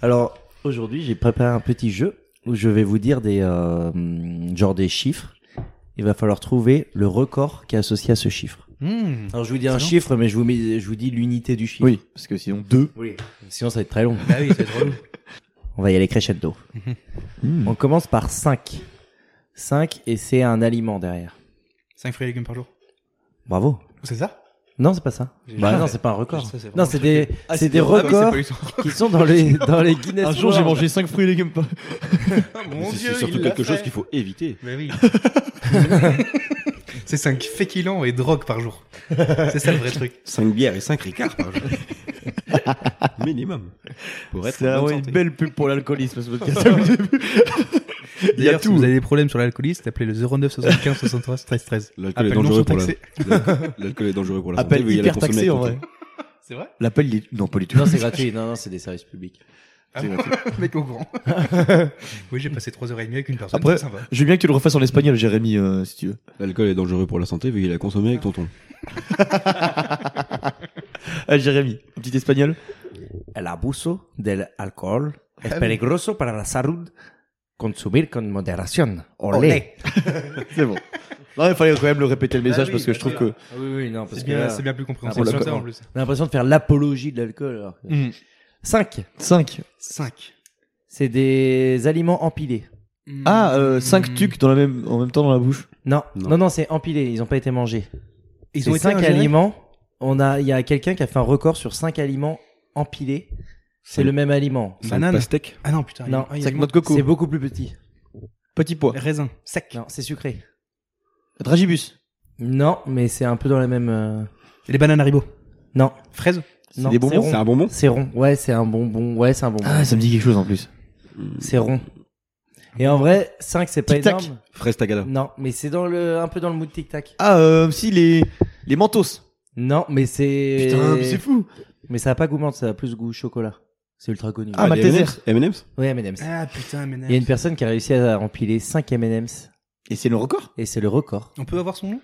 Alors aujourd'hui, j'ai préparé un petit jeu où je vais vous dire des euh, genre des chiffres. Il va falloir trouver le record qui est associé à ce chiffre.
Hmm.
Alors je vous dis un
C'est long.
chiffre, mais je vous mets- je vous dis l'unité du chiffre.
Oui, parce que sinon deux.
Oui. Sinon ça va être très long.
Bah oui, c'est trop lourd.
On va y aller crescendo. On commence par 5. 5 et c'est un aliment derrière.
5 fruits et légumes par jour.
Bravo.
C'est ça
Non, c'est pas ça.
J'ai
Bah
jamais-
non, c'est pas un record.
Ça, c'est vraiment
Non, c'est des,
Ah,
c'est
c'est
des
ah oui, c'est
records
pas du tout.
qui sont dans les, dans les Guinness.
Un jour, j'ai
World.
mangé 5 fruits et légumes. pas-
Ah, Mon
C'est-
Dieu,
C'est surtout
il l'a
quelque chose
fait.
qu'il faut éviter.
Bah oui. c'est 5 féculents et drogue par jour. C'est ça le vrai truc.
5 bières et 5 ricards par jour. Minimum. Pour être
C'est
en
vraiment
bonne
une
santé.
belle pub pour l'alcoolisme, ce podcast. Au début. Il y a
D'ailleurs, si
tout.
vous avez des problèmes sur l'alcoolisme, appelez le 09 75 73 13 13.
L'alcool est
Appel non
dangereux pour la
surtaxé.
L'alcool est dangereux pour la santé.
Appel
veuillez la
hyper
consommer
taxé en
avec
vrai.
caution.
C'est vrai
L'appel, il est... Non, pas du tout.
Non, c'est gratuit. Non, non, c'est des services publics.
Ah bon Mec au grand. oui, j'ai passé 3 heures et demie avec une personne.
Après-
ça va.
Je veux bien que tu le refasses en espagnol, Jérémy, euh, si tu veux.
L'alcool est dangereux pour la santé. Veuillez la consommer avec tonton.
Ah, Jérémy, un petit espagnol
El abuso del alcohol
Ah
es peligroso para la salud. Consumir con modération. Olé.
C'est bon. Ah Non, il fallait quand même le répéter le message parce que je trouve que.
Ah Oui, oui, non, parce
C'est
que
bien,
là,
c'est bien plus
Ah,
compréhensible.
pour
Sur
la-
ça, en plus.
on a l'impression de faire l'apologie de l'alcool.
Hmm.
5.
5.
5.
C'est des aliments empilés.
Hmm.
Ah,
euh,
5 tucs dans la même... en même temps dans la bouche.
Non,
Non.
non, non, c'est empilé. Ils n'ont pas été mangés.
Ils
C'est
ont été
cinq
ingérés
aliments. On a, il y a quelqu'un qui a fait un record sur 5 aliments empilés. C'est le même aliment.
Banane.
Pastèque.
Ah non, putain.
Non,
il y a
Sac
du
noix de coco.
C'est beaucoup plus petit.
Petit pois.
monde. Raisin. Sec.
Non, c'est sucré.
Dragibus.
Non, mais c'est un peu dans la même. euh,
Et Les bananes Haribo.
Non,
Fraises.
non,
des bonbons.
C'est
C'est
rond.
un bonbon.
C'est rond. Ouais, c'est un bonbon. Ouais, c'est un bonbon.
Ah, ça me dit quelque chose en plus.
c'est rond. Et en vrai, 5 c'est pas
Tic-tac.
énorme.
Fraise tagada.
Non, mais c'est dans le, un peu dans le mood tic tac.
Ah, euh, si, les. Les mentos.
Non, mais c'est.
Putain, mais c'est fou.
Mais ça a pas goût menthe, ça a plus goût chocolat. C'est ultra connu.
Ah,
les
Malteser.
M&M's. M&M's.
Ouais, mesdames.
Ah putain, mais
Il y a une personne qui a réussi à empiler 5 M&M's
Et c'est le record
et c'est le record.
On peut avoir son nom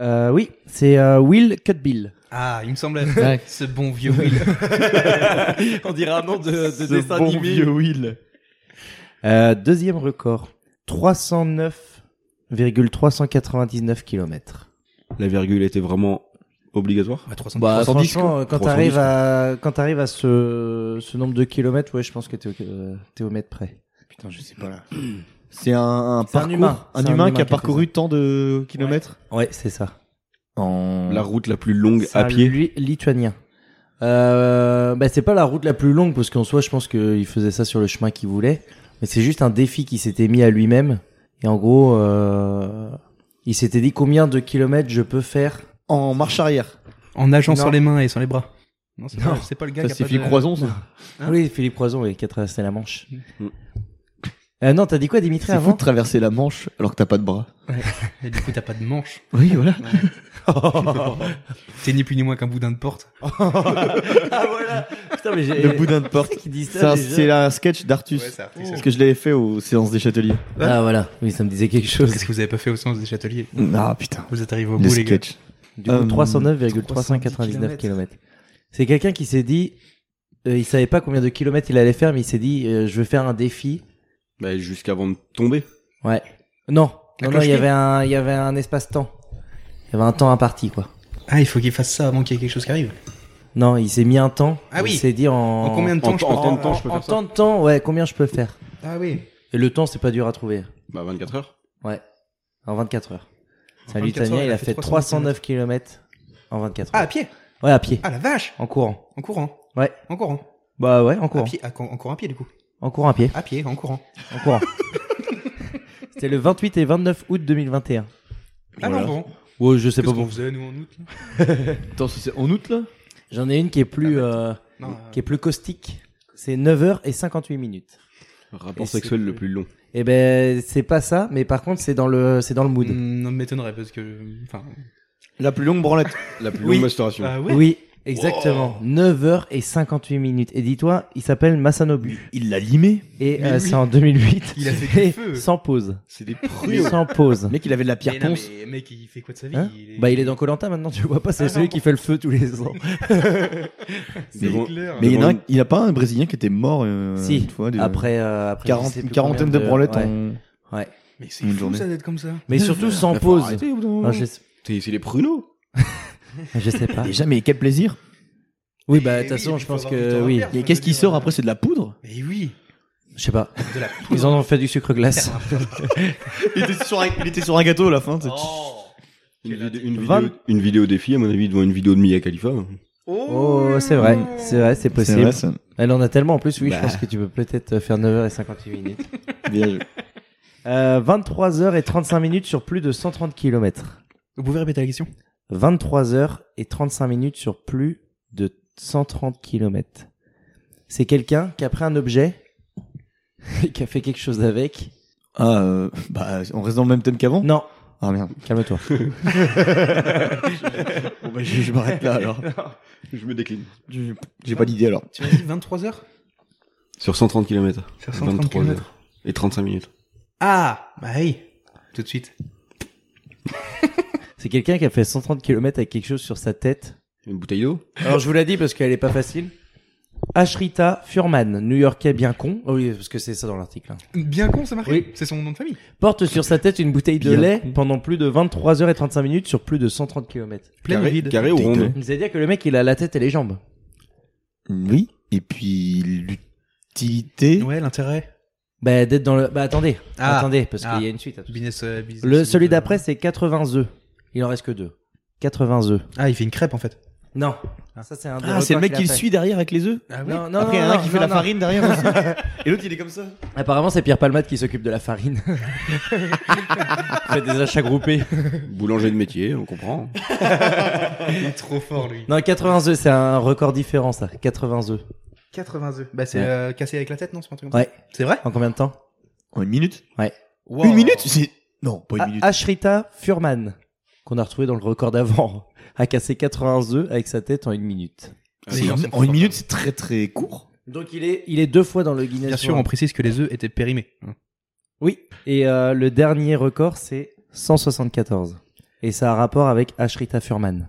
Euh, oui, c'est euh, Will Cutbill.
Ah, il me semblait.
Ouais.
Ce bon vieux Will.
On dirait un nom de,
dessin bon animé. vieux
Will. Euh, deuxième record, 309,399 km.
La virgule était vraiment obligatoire.
Bah, 300
Bah,
310,
franchement, euh, quand
310,
t'arrives à quand t'arrives à ce, ce nombre de kilomètres, ouais, je pense que t'es au, euh, t'es au mètre près.
Putain, je sais pas là. C'est un, un
C'est un
parcours.
humain. C'est un
qui
humain
a
qui a
parcouru tant de kilomètres
Ouais, c'est ça.
en.
La route la plus longue
C'est
à
un
pied.
Li- lituanien. Euh, bah, c'est pas la route la plus longue parce qu'en soi, je pense qu'il faisait ça sur le chemin qu'il voulait. Mais c'est juste un défi qu'il s'était mis à lui-même. Et en gros, euh, il s'était dit combien de kilomètres je peux faire.
En marche arrière.
En nageant
Non.
sans les mains et sans les bras. Non, c'est
Non.
pas, c'est pas le gars
Ça,
qui a
c'est
pas
Philippe
de-
Croison, ça.
Hein
oui, Philippe Croison, oui, qui a traversé la Manche.
Mm.
Euh, non, t'as dit quoi, Dimitri,
C'est fou
avant
de traverser la Manche alors que t'as pas de bras.
Et du coup, t'as pas de manche.
Oui, voilà.
T'es ni plus ni moins qu'un boudin de porte.
Ah voilà Putain, mais j'ai.
Le boudin de porte.
Qui dit ça
C'est un-
déjà
C'est un sketch d'Artus. Parce que je l'avais fait aux séances des Châteliers.
Ah voilà, oui, ça me disait quelque chose.
Qu'est-ce que vous avez pas fait au sens des châteliers
Ah putain.
Vous êtes arrivé au
Le
bout, les gars.
sketch.
Du coup,
Hum,
309,399 km. C'est quelqu'un qui s'est dit, euh, il savait pas combien de kilomètres il allait faire, mais il s'est dit, euh, je veux faire un défi.
Bah, jusqu'avant de tomber.
Ouais. Non, non, non,
Un
il y
cloche-pied.
avait un, il y avait un espace-temps. Il y avait un temps imparti, quoi.
Ah, il faut qu'il fasse ça avant qu'il y ait quelque chose qui arrive.
Non, il s'est mis un temps.
Ah
Il
oui.
s'est dit en,
en combien de temps
en-
je
en temps
prends
de temps, je peux
en
faire ça.
temps de temps, ouais, combien je peux faire.
Ah oui.
Et le temps, c'est pas dur à trouver.
Bah, 24 heures.
Ouais. En 24 heures. C'est un
24
Lituanien,
heures,
il a fait 309 km en 24
Ah,
heures.
à pied
Ouais, à pied.
Ah, la vache
En courant.
En courant
Ouais.
En courant
Bah ouais, en
À
courant.
pied, à co- en courant à pied, du coup.
En courant à pied.
À pied, en courant.
En courant. C'était le 28 et 29 août 2021.
Ah non, bon.
Ouais, je sais
Qu'est-ce qu'on faisait, nous, en août là
Attends, c'est en août là
J'en ai une qui est plus, euh,
Non, euh,
qui est plus caustique. C'est 9h et 58 minutes.
Rapport
Et c'est
sexuel le
que-
plus long.
Eh ben, c'est pas ça, mais par contre, c'est dans le, c'est dans le mood.
Non, m'étonnerait parce que. Enfin, bah
La plus longue branlette.
La plus
Oui.
longue restauration.
Ah.
Oui, exactement. 9h58 minutes. Et dis-toi, il s'appelle Masanobu.
Il l'a limé.
Et
Mais
euh,
oui.
c'est en 2008.
Il a fait du
Et
feu.
Sans pause.
C'est des
Sans pause.
Le mec, il avait de la pierre
Mais non,
ponce.
mais mec, il fait quoi de sa vie
Hein
il est...
Bah, il est dans Colanta maintenant, tu vois pas, c'est
Ah,
celui
non.
qui fait le feu tous les ans.
C'est
bon.
clair.
Mais il n'y
Devant
a,
une-
il y en a pas un Brésilien qui était mort euh,
Si,
une fois de-
Après, euh, après
quarante-
je sais
une
plus
quarantaine de
combien
branlettes
ouais.
en.
Mais c'est
Une
fou
journée.
ça d'être comme ça.
Mais surtout sans pause. Ah, je, sais-
C'est c'est les pruneaux.
je sais pas.
Déjà, mais quel plaisir
Oui, bah, de
Mais
toute
oui,
façon,
il
je
faut
pense
avoir du temps
que
à
oui.
perdre.
Et qu'est-ce qui sort après C'est de la poudre
Mais oui,
Je sais pas.
de la
Ils
poudre.
en ont fait du sucre glace.
il, était sur un, il était sur un gâteau à la fin. c'est-
Oh.
Une,
Quel
vid- une
Van-
vidéo, une vidéo défi, à mon avis, devant une vidéo de Mia Khalifa.
Oh, c'est vrai. C'est vrai, c'est
C'est
possible.
vrai, ça.
Elle en a tellement en plus, oui, je
Bah.
pense que tu peux peut-être faire 9h58 minutes.
Bien joué.
Euh, 23h35 minutes sur plus de 130 km.
Vous pouvez répéter la question
23h35 minutes sur plus de 130 km. C'est quelqu'un qui a pris un objet et qui a fait quelque chose avec.
Ah, euh, bah, on reste dans le même thème qu'avant
Non,
Ah merde.
calme-toi.
Bon, bah, je, je m'arrête là alors.
Je me décline.
Je- J'ai pas d'idée alors.
Tu m'as dit 23h
Sur 130 km.
Sur 130 kilomètres.
Et 35 minutes.
Ah, bah oui. Tout de suite.
C'est quelqu'un qui a fait 130 km avec quelque chose sur sa tête.
Une bouteille d'eau
Alors je vous la dis parce qu'elle est pas facile. Ashrita Furman, New-Yorkais bien con. Oh oui, parce que c'est ça dans l'article. hein.
Bien con, ça marche.
Oui.
C'est son nom de famille.
Porte sur sa tête une bouteille de
Bien
lait pendant plus de 23h35 minutes sur plus de 130 km.
Carré, carré ou
Bouteille
rond
C'est-à-dire que le mec, il a la tête et les jambes.
Oui. Et puis l'utilité.
Ouais, l'intérêt.
Bah, d'être dans le. Bah, attendez.
Ah.
Attendez, parce
Ah.
qu'il y a une suite. à tout ça.
Business, euh, business
Le, celui
model.
d'après, c'est 80 œufs. Il en reste que deux. 80 œufs.
Ah, il fait une crêpe en fait.
Non. Ça, c'est un des
Ah, c'est le
records
mec qui
qu'il a
le
fait.
suit derrière avec les œufs
Ah
Non, non,
Après, il y en a
non,
un qui
non,
fait la
non.
farine derrière aussi. Et l'autre, il est comme ça.
Apparemment, c'est Pierre Palmade qui s'occupe de la farine. fait des achats groupés.
Boulanger de métier, on comprend.
Il est trop fort lui.
Non, 80 œufs, c'est un record différent, ça. 80 œufs.
80 œufs. Bah, c'est
Ouais.
euh, cassé avec la tête, non C'est pas un truc comme
Ouais.
ça C'est vrai
En combien de temps
En une minute
Wow.
Une minute c'est- Non, pas une
Ah,
minute.
Ashrita Furman, qu'on a retrouvé dans le record d'avant, a cassé 80 œufs avec sa tête en une minute.
C'est-
les gens sont
en une
forts,
minute,
quand
c'est très très court.
Donc il est, il est deux fois dans le Guinness.
Bien sûr, on
World.
précise que les œufs étaient périmés.
Mmh. Oui. Et euh, le dernier record, c'est 174. Et ça a rapport avec Ashrita Furman.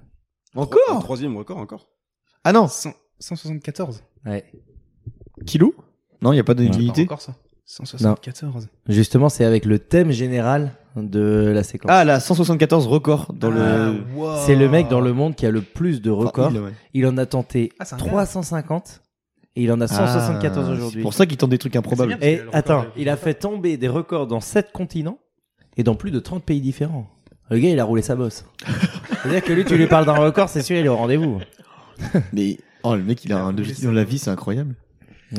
Encore Troisième record, encore.
Ah non,
100 174.
Ouais.
kilo Non, il n'y a pas de
Ouais.
Pas
limité.
encore ça. 174.
Justement, c'est avec le thème général de la séquence.
Ah, la 174 record dans le.
Ah, wow.
C'est le mec dans le monde qui a le plus de
Enfin,
records.
il, ouais.
il... en a tenté
Ah, c'est un gars.
350 et il en a 174
Ah,
aujourd'hui.
C'est pour ça qu'il tente des trucs
C'est
improbables.
bien.
Et
Parce qu'il a le record
attends,
de-
il a fait tomber des records dans 7 continents et dans plus de 30 pays différents. Le gars, il a roulé sa bosse. C'est-à-dire que lui, tu lui parles d'un record, c'est sûr, il est au rendez-vous.
Mais oh, le mec, il a un objectif dans la vie, c'est incroyable.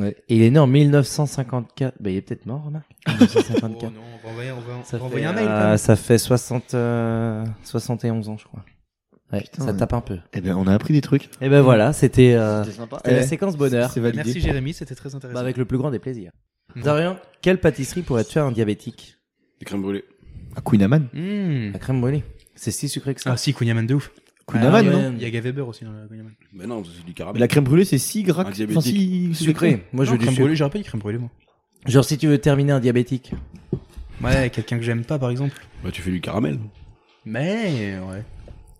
Et il est né en 1954. Bah, il est peut-être mort, remarque.
Oh
1954.
non, on va envoyer, on va,
ça,
on va
fait,
envoyer un mail. quand
euh,
même.
ça fait 60, euh, 71 ans, je crois. Ouais,
Putain,
ça
ouais.
tape un peu.
Eh ben, on a appris des trucs.
Et ben voilà, c'était euh,
sympa.
c'était la séquence bonheur.
C'est validé.
Merci Jérémy, c'était très intéressant.
Bah, avec le plus grand des plaisirs.
Mm.
Dorian, quelle pâtisserie pourrait tuer un diabétique
Des crèmes brûlées.
Ah, Queenaman.
Hmm.
La crème brûlée. C'est si sucré que ça.
Ah si, Kunyaman de ouf.
Kunyaman,
Ah,
non
ouais, Il y a Gaveber aussi dans le Kunyaman.
Mais non, c'est du
Mais
caramel.
la crème brûlée, c'est si gras.
Un
que-
diabétique.
Enfin, si
Sucré. Moi, je
Non,
veux du
crème
sucre.
brûlée, j'aurais pas dit crème brûlée moi.
Genre si tu veux terminer un diabétique.
Ouais, quelqu'un que j'aime pas par exemple.
Bah, tu fais du caramel.
Mais ouais.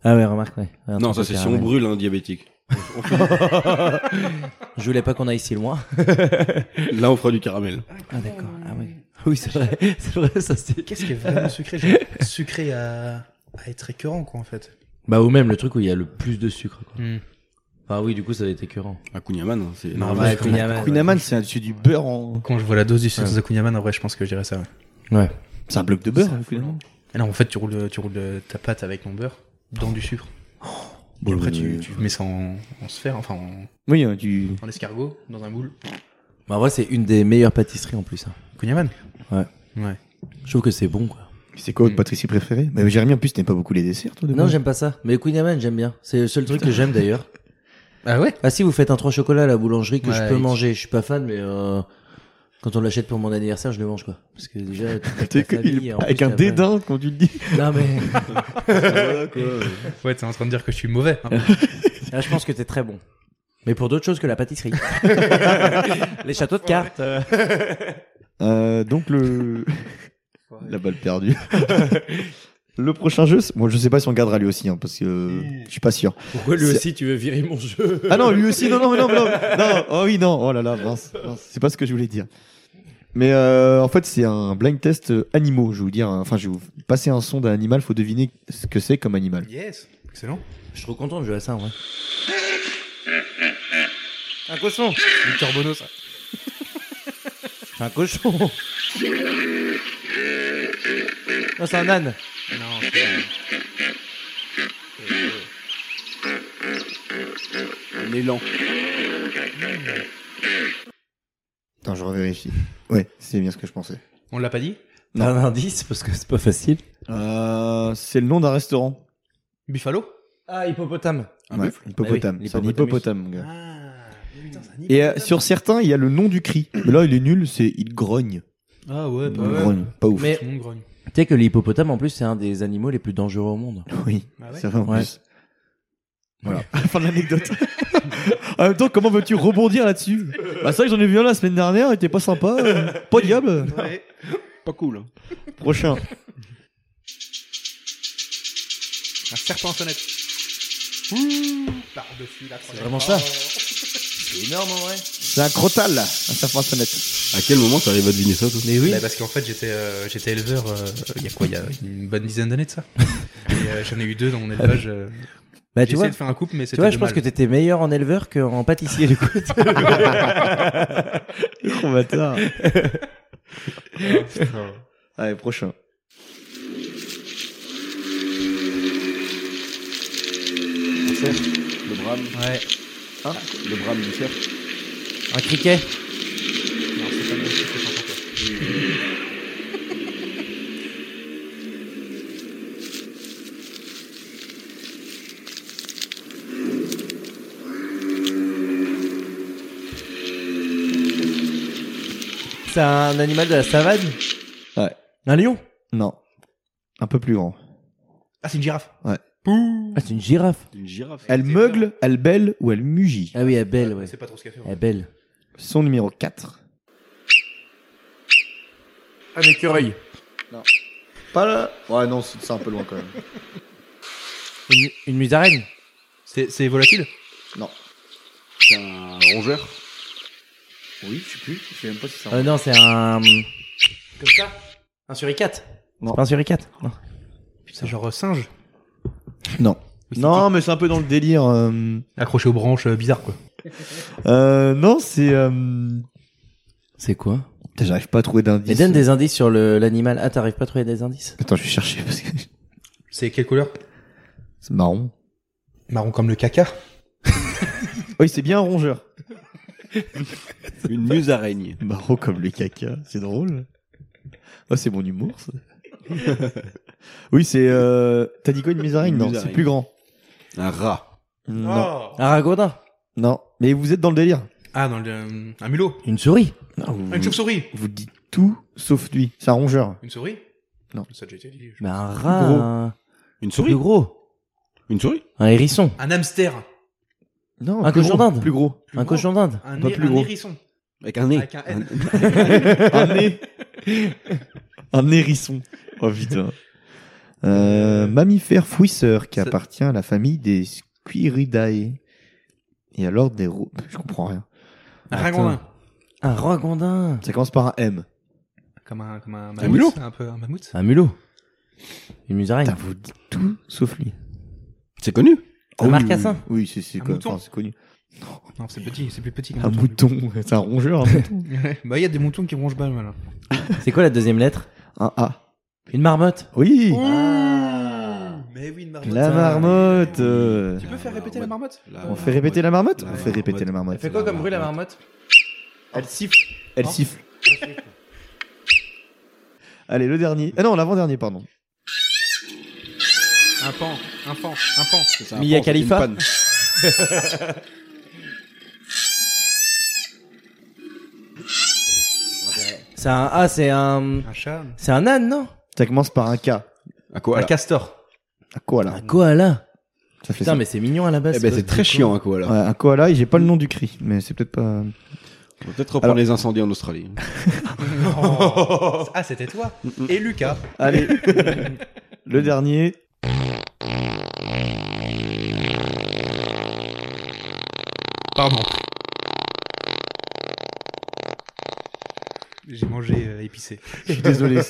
Ah ouais, remarque, ouais. Ouais, un
Non,
truc
ça
au
c'est si
caramel.
on brûle un diabétique.
Je voulais pas qu'on aille si loin.
Là, on fera du caramel.
Ah d'accord, ah ouais. Oui, c'est vrai, c'est vrai, ça c'est...
Qu'est-ce qui est vraiment sucré genre, Sucré à... à être écœurant quoi en fait.
Bah ou même le truc où il y a le plus de sucre. Quoi.
Hmm.
Enfin oui, du coup, ça va être écœurant.
Un Kunyaman, hein, c'est
Non,
énorme.
bah,
C'est
Kunyaman.
ouais.
Queenaman, c'est un- c'est du beurre en.
Quand je vois la dose du sucre
Ouais.
de Kunyaman, en vrai, je pense que je dirais ça. Ouais.
Ouais.
C'est un bloc de beurre,
C'est
Queenaman.
Ah non, en fait, tu roules, tu roules ta pâte avec mon beurre dans du sucre. Et après, tu, tu mets ça en, en sphère, enfin en,
Oui, euh, du.
en escargot, dans un moule.
Bah en vrai, c'est une des meilleures pâtisseries en plus. hein.
Kunyaman
Ouais.
Ouais.
Je trouve que c'est bon, quoi.
C'est quoi votre pâtisserie préférée Mais Jérémy, en plus, t'aimes pas beaucoup les desserts, toi, de
Non,
base.
j'aime pas ça. Mais Queen j'aime bien. C'est le seul truc que j'aime d'ailleurs.
Ah ouais
Ah si, vous faites un 3 chocolat à la boulangerie que je
Ouais,
peux
et-
manger. Je suis pas fan, mais... Euh... Quand on l'achète pour mon anniversaire, je le mange quoi. Parce que déjà, toute ta
T'es que-
famille,
il-
en
avec
plus,
un
t'as pas-
dédain quand tu le dis.
Non mais,
Ouais, t'es en train de dire que je suis mauvais. hein.
là, je pense que t'es très bon. Mais pour d'autres choses que la pâtisserie. Les châteaux de cartes. euh,
Euh, donc le la balle perdue. le prochain jeu, c'est- moi je sais pas si on gardera lui aussi hein, parce que euh, je suis pas sûr.
Pourquoi lui
C'est-
aussi tu veux virer mon jeu
Ah non, lui aussi, non, non, mais non, mais non, non, oh oui, non, oh là là, mince, mince, c'est pas ce que je voulais dire. Mais euh, en fait, c'est un blind test euh, animaux. Je vais vous dire, hein, enfin, je vais vous passer un son d'un animal. Faut deviner ce que c'est comme animal.
Yes. Excellent.
Je suis trop content de jouer à ça en vrai.
Un cochon. Victor Bono, ça.
C'est un cochon. Non, c'est un âne.
Non, c'est
Un élan.
Attends, je revérifie. Ouais, c'est bien ce que je pensais.
On l'a pas dit
T'as un indice parce que c'est pas facile.
Euh, c'est le nom d'un restaurant.
Buffalo
Ah, hippopotame.
Un
Ouais,
buffle
hippopotame.
Bah oui,
c'est un hippopotame,
l'hippopotamus.
mon gars.
Ah, putain, c'est un
Et euh, sur certains, il y a le nom du cri. Mais là, il est nul. C'est il grogne.
Ah ouais,
Il
bah ouais.
grogne. Pas ouf.
Mais
Tout le monde grogne.
tu sais que l'hippopotame en plus c'est un des animaux les plus dangereux au monde.
Oui.
Ah ouais
C'est vrai en
Ouais.
plus. Voilà. fin de l'anecdote. en même temps, comment veux-tu rebondir là-dessus Bah, c'est vrai que j'en ai vu un la semaine dernière. Il était pas sympa. euh, pas diable.
Pas cool. hein.
Prochain.
Un serpent à sonnette. Par-dessus la C'est
vraiment ça. C'est énorme en vrai.
C'est un crotal là. Un serpent à sonnette.
À quel moment t'arrives à deviner ça, toi
Mais oui.
Bah, parce qu'en fait, j'étais euh, j'étais éleveur euh, il y a quoi Il y a une bonne dizaine d'années de ça. Et euh, j'en ai eu deux dans mon élevage. euh,
Bah
J'ai
tu
essayé
vois,
de faire un couple, mais
tu
c'était
vois, je
de
pense que
mal.
t'étais meilleur en éleveur qu'en pâtissier du coup.
Oh bâtard. Allez, prochain.
Le cerf Le brame
Ouais.
Le brame du cerf
un criquet.
Non, c'est pas mieux, c'est pas important, quoi.
C'est un animal de la savane.
Ouais.
Un lion.
Non. Un peu plus grand.
Ah, c'est une girafe.
Ah, c'est une girafe.
Une girafe
Elle meugle, elle belle ou elle mugit
Ah oui, elle est belle, ouais.
C'est pas trop ce qu'elle fait.
Elle est belle.
Son numéro 4.
Un écureuil.
Pas là Ouais, non, c'est c'est un peu loin quand même.
Une, une musaraigne.
C'est c'est volatile
C'est un rongeur
Oui, je sais plus. Je sais même pas si c'est
Euh, non, c'est un. Comme ça Un suricate
Non.
C'est pas un suricate Non.
C'est genre euh, singe.
Non.
Oui, c'est
Non, mais c'est un peu dans le délire. euh,
Accroché aux branches, euh, bizarre quoi.
euh, non, c'est. euh,
C'est quoi
Putain, J'arrive pas à trouver d'indice.
Mais donne des indices sur le- l'animal. Ah, t'arrives pas à trouver des indices
Attends, je vais chercher parce que
C'est quelle couleur
c'est marron.
Marron comme le caca.
Oui, c'est bien un rongeur.
Une musaraigne
Marron comme le caca, c'est drôle. Oh, c'est mon humour. ça. oui, c'est. Euh... T'as dit quoi une musaraigne
Une
Non,
musaraigne.
c'est plus grand.
Un rat
Non,
Un ragondin
non. Mais vous êtes dans le délire.
Ah, dans le, euh, un mulot.
Une souris
Une chauve-souris.
Vous dites tout sauf lui. C'est un rongeur.
Une souris
Non.
Ça a déjà été dit. je-
Mais un rat
gros.
Un...
Une
Plus
souris
gros
Une souris
Un hérisson
Un hamster.
Non,
Un
plus
cochon
gros,
d'Inde.
Plus gros.
Plus
Un
gros.
cochon d'Inde
Un,
Pas
hé-
plus
un
gros.
hérisson.
Avec un nez
Avec un N.
un nez. un hérisson. Oh putain. Euh, mammifère fouisseur qui
Ça-
appartient à la famille des Squiridae. Et alors des ro- Je comprends rien.
Un ragondin.
Un ragondin
Ça commence par un M.
Comme un, comme un mammouth.
mulot.
Un peu un mammouth.
Un mulot Une musaraigne
Putain, vous dites tout sauf lui.
C'est connu
Un
oui,
marcassin.
Oui, oui, c'est c'est
Un
quoi-
mouton.
enfin, c'est connu.
Non, c'est petit, c'est plus petit.
Un mouton. C'est un rongeur. Un, mouton.
Ouais. Bah, il y a des moutons qui rongent pas mal. hein.
C'est quoi la deuxième lettre
Un A. Oh,
Une marmotte
Oui.
Mais oui, une marmotte.
La marmotte. euh.
Tu peux faire
La
répéter la marmotte
On fait répéter la marmotte On
La
fait répéter la marmotte.
fait quoi comme bruit, la
marmotte
Elle siffle. Elle
Non.
siffle. Allez, le dernier. Ah non, l'avant-dernier, pardon.
Un pan, un pan, un pan.
C'est un
Mia
pan, c'est une
Khalifa
panne.
Un
C'est un. Ah, c'est un.
Un chat
C'est un âne, non
Ça commence par un K.
À quoi
Un castor.
Un koala.
Un koala.
Ça fait
Putain,
ça.
mais c'est mignon à la base.
Mm. Eh ben, c'est
quoi,
très
ce truc.
chiant, à quoi, là.
Ouais, un koala et j'ai pas le nom du cri, mais c'est peut-être pas.
On va peut-être reprendre les incendies en Australie.
ah, c'était toi. Et Lucas.
Allez, le dernier.
Pardon. J'ai mangé euh, épicé.
Je suis désolé.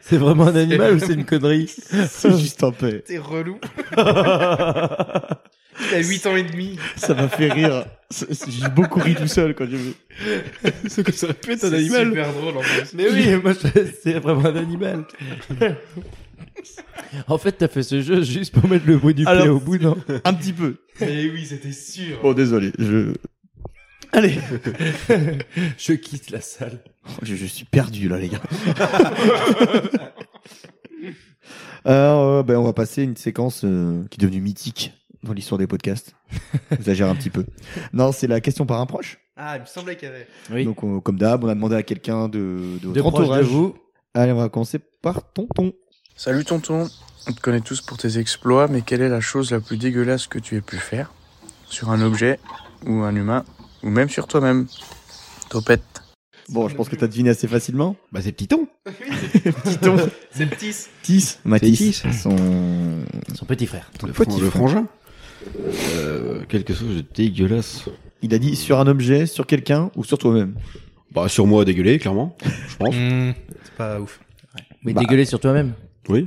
C'est vraiment un animal ou c'est une connerie
c'est juste un paix.
T'es relou. T'as 8 ans et demi.
Ça m'a fait rire. C'est- J'ai beaucoup ri tout seul quand j'ai vu.
C'est que ça pète
C'est super drôle en plus.
Mais oui, moi je- c'est vraiment un animal. en fait, t'as fait ce jeu juste pour mettre le bruit du pied
Alors-
au bout, non
Un petit peu.
Mais oui, c'était sûr.
Bon, désolé. Je. Allez.
Je quitte la salle.
Oh, Je, je suis perdu là, les gars. Alors, euh, ben, on va passer à une séquence euh, qui est devenue mythique dans l'histoire des podcasts. J'exagère un petit peu. Non, c'est la question par un proche.
Ah, il me semblait qu'il y avait.
Oui.
Donc, on- comme d'hab, on a demandé à quelqu'un de, de,
De
votre
proche
entourage.
de vous.
Allez, on va commencer par tonton.
Salut tonton, on te connaît tous pour tes exploits, mais quelle est la chose la plus dégueulasse que tu aies pu faire Sur un objet, ou un humain, ou même sur toi-même Topette.
Bon, je pense que t'as deviné assez facilement.
Bah, c'est petit ton.
C'est le petit.
Tis, Mathis, son...
Son petit frère.
Le, fran- le frangin. Euh, quelque chose de dégueulasse.
il a dit sur un objet, sur quelqu'un ou sur toi-même.
Bah, sur moi, dégueulé, clairement. Je pense.
Hmm. c'est pas ouf.
Bah.
Mais dégueuler sur toi-même.
Oui.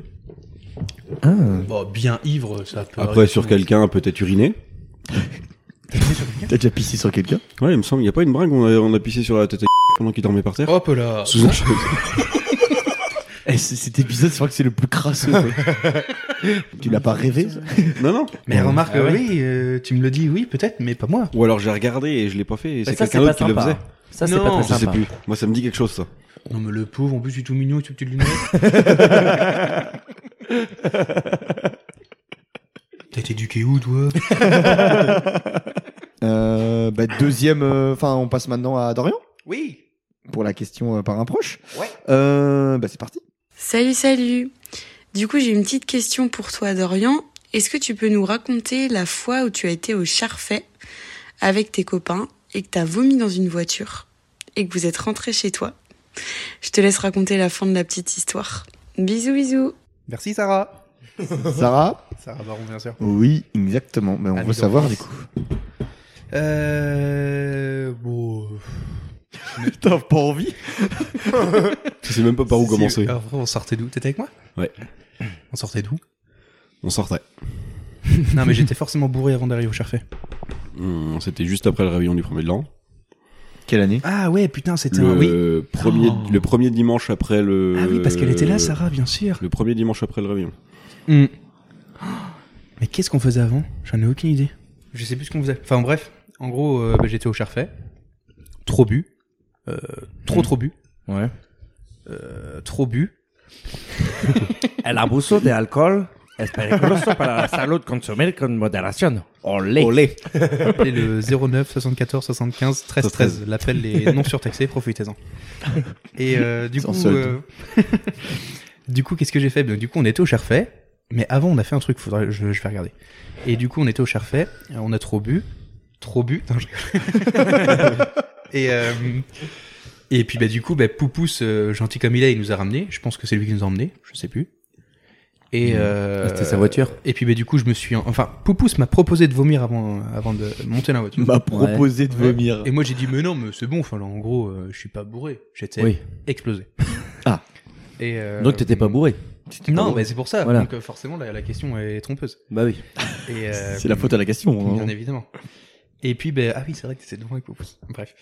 Bon, Oh, bien ivre, ça peut.
Après, sur quelqu'un, peut-être uriné.
T'as déjà pissé sur quelqu'un
Ouais, il me semble, il n'y a pas une bringue, on a, on a pissé sur la tête à pendant qu'il dormait par terre.
Hop là.
Sous une chaise.
Eh, Cet épisode, c'est vrai que c'est le plus crasseux. tu l'as pas rêvé
Non, non.
Mais remarque,
Ah ouais.
oui, euh, tu me le dis, oui, peut-être, mais pas moi.
Ou alors j'ai regardé et je l'ai pas
Bah,
fait, et c'est
ça,
quelqu'un
pas
d'autre qui le
sympa.
faisait.
Ça, c'est
Non,
pas très
Je sais
sympa.
plus. Moi, ça me dit quelque chose, ça.
Non, mais le pauvre, en plus, il est tout mignon avec ses petites lunettes. T'as été éduqué où, toi
Euh, bah, deuxième, euh, enfin, on passe maintenant à Dorian
Oui.
pour la question euh, par un proche. Euh, bah, c'est parti.
Salut, salut Du coup, j'ai une petite question pour toi, Dorian. Est-ce que tu peux nous raconter la fois où tu as été au Charfait avec tes copains et que t'as vomi dans une voiture et que vous êtes rentré chez toi Je te laisse raconter la fin de la petite histoire. Bisous, bisous
Merci, Sarah.
Sarah
Sarah Baron, bien sûr.
Oui, exactement. Mais on
Ami
veut savoir du
d'enfance.
coup.
Euh. Bon. euh,
T'as pas envie
Je sais même pas par où
si-
commencer.
Alors, on sortait d'où T'étais avec moi
Ouais.
On sortait d'où
On sortait.
Non, mais j'étais forcément bourré avant d'arriver au Charfait.
Hum, C'était juste après le réveillon du premier de l'an.
Quelle année
Ah ouais, putain, c'était un. Oui.
Le, Euh, premier,
Oh.
le premier dimanche après le.
Ah oui, parce qu'elle
euh,
était là, Sarah, bien sûr.
Le premier dimanche après le réveillon.
Hmm. Mais qu'est-ce qu'on faisait avant J'en ai aucune idée. Je sais plus ce qu'on faisait. Enfin bref, en gros, euh, bah, j'étais au Charfait. Trop bu. Euh, trop trop bu.
Ouais.
Euh, trop bu.
El abuso de alcohol es peligroso para la salud. Consumir con moderación. Olé. Olé.
Appelez le 09 74 75 13 13. L'appel est non surtaxé, profitez-en. Et euh, du
C'est
coup...
en solde.
euh, du coup, qu'est-ce que j'ai fait Ben, Du coup, on était au Charfait. Mais avant, on a fait un truc, faudrait, je, je vais regarder. Et du coup, on était au Charfait, et on a trop bu. Trop bu. Non, je rigole. et, euh, et puis, bah, du coup, bah, Poupous, euh, gentil comme il est, il nous a ramenés. Je pense que c'est lui qui nous a emmenés, je sais plus. Et
Ah,
euh,
C'était sa voiture.
Et puis, bah, du coup, je me suis. en- Enfin, Poupous m'a proposé de vomir avant, avant de monter dans la voiture.
Bah.
M'a proposé de
Ouais.
vomir.
bah,
Et moi, j'ai dit, mais non, mais c'est bon, enfin, là, en gros, euh, je suis pas bourré. J'étais
Oui.
explosé.
Ah.
Et, euh,
Donc t'étais pas bourré.
non, mais c'est pour ça.
Voilà.
Donc euh, forcément, la, la question est trompeuse.
Bah oui.
Et, euh,
C'est la faute à la question. hein.
Bien évidemment. Et puis, ben, ah oui, c'est vrai que t'étais devant avec Poupous. Bref.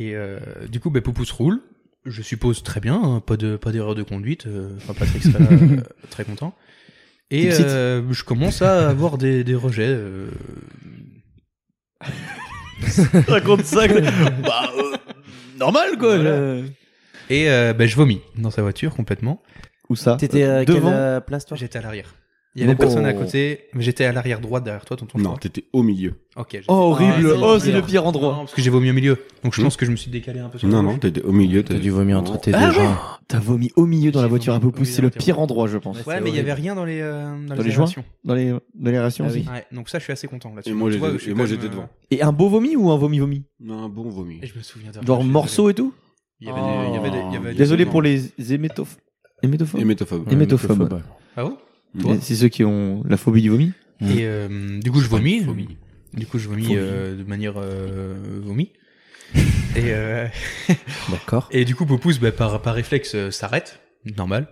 Et euh, du coup, ben, Poupous roule. Je suppose très bien, hein, pas de pas d'erreur de conduite. euh, Enfin, Patrick sera euh, très content. Et euh, je commence à avoir des, des rejets. euh,
Raconte ça. que- bah, euh, normal quoi.
Voilà.
euh.
et euh, ben, je vomis dans sa voiture complètement.
Où ça
T'étais à
Devant.
quelle euh, place toi
J'étais à l'arrière. Il y avait
Oh.
Donc,
personne à
on-
côté, mais j'étais à l'arrière droite derrière toi, tonton. je
Non,
crois.
t'étais au milieu.
Ok. j'étais-
Oh, horrible.
Ah,
oh, c'est le pire endroit.
Non, parce que j'ai vomi au milieu. Donc je
Hmm.
pense que je me suis décalé un peu sur
Non,
le
non, t'étais au milieu.
T'as
t'as-
dû vomir
Oh.
entre tes deux jambes.
T'as vomi au milieu dans la
J'ai
voiture un
vomi
peu
au
poussée.
milieu
C'est
dans
le
la voiture.
pire endroit, je pense.
Ouais, mais il y avait rien dans les euh, dans,
Dans les
joints.
Dans les, dans les rations
Ah
aussi.
oui. Ouais, donc ça, je suis assez content là-dessus.
Et moi,
Tu vois,
j'étais-
je suis
et moi,
quand même,
j'étais
euh,
devant.
Et un beau vomi ou un vomi-vomi
Non, un bon vomi.
Et je me souviens de
Genre morceau et tout
Il y avait des- il y avait des- il y avait
Oh.
des-
Désolé
non.
pour les hémétoph- hémétophobes.
Hémétophobe.
Hémétophobe.
Ah oh
Mais C'est ceux qui ont la phobie du vomi.
Et euh, du coup, je vomis. Du coup, je vomis euh, de manière euh, vomi. et, euh,
D'accord.
et du coup, Popous, bah, par, par réflexe, euh, s'arrête, normal.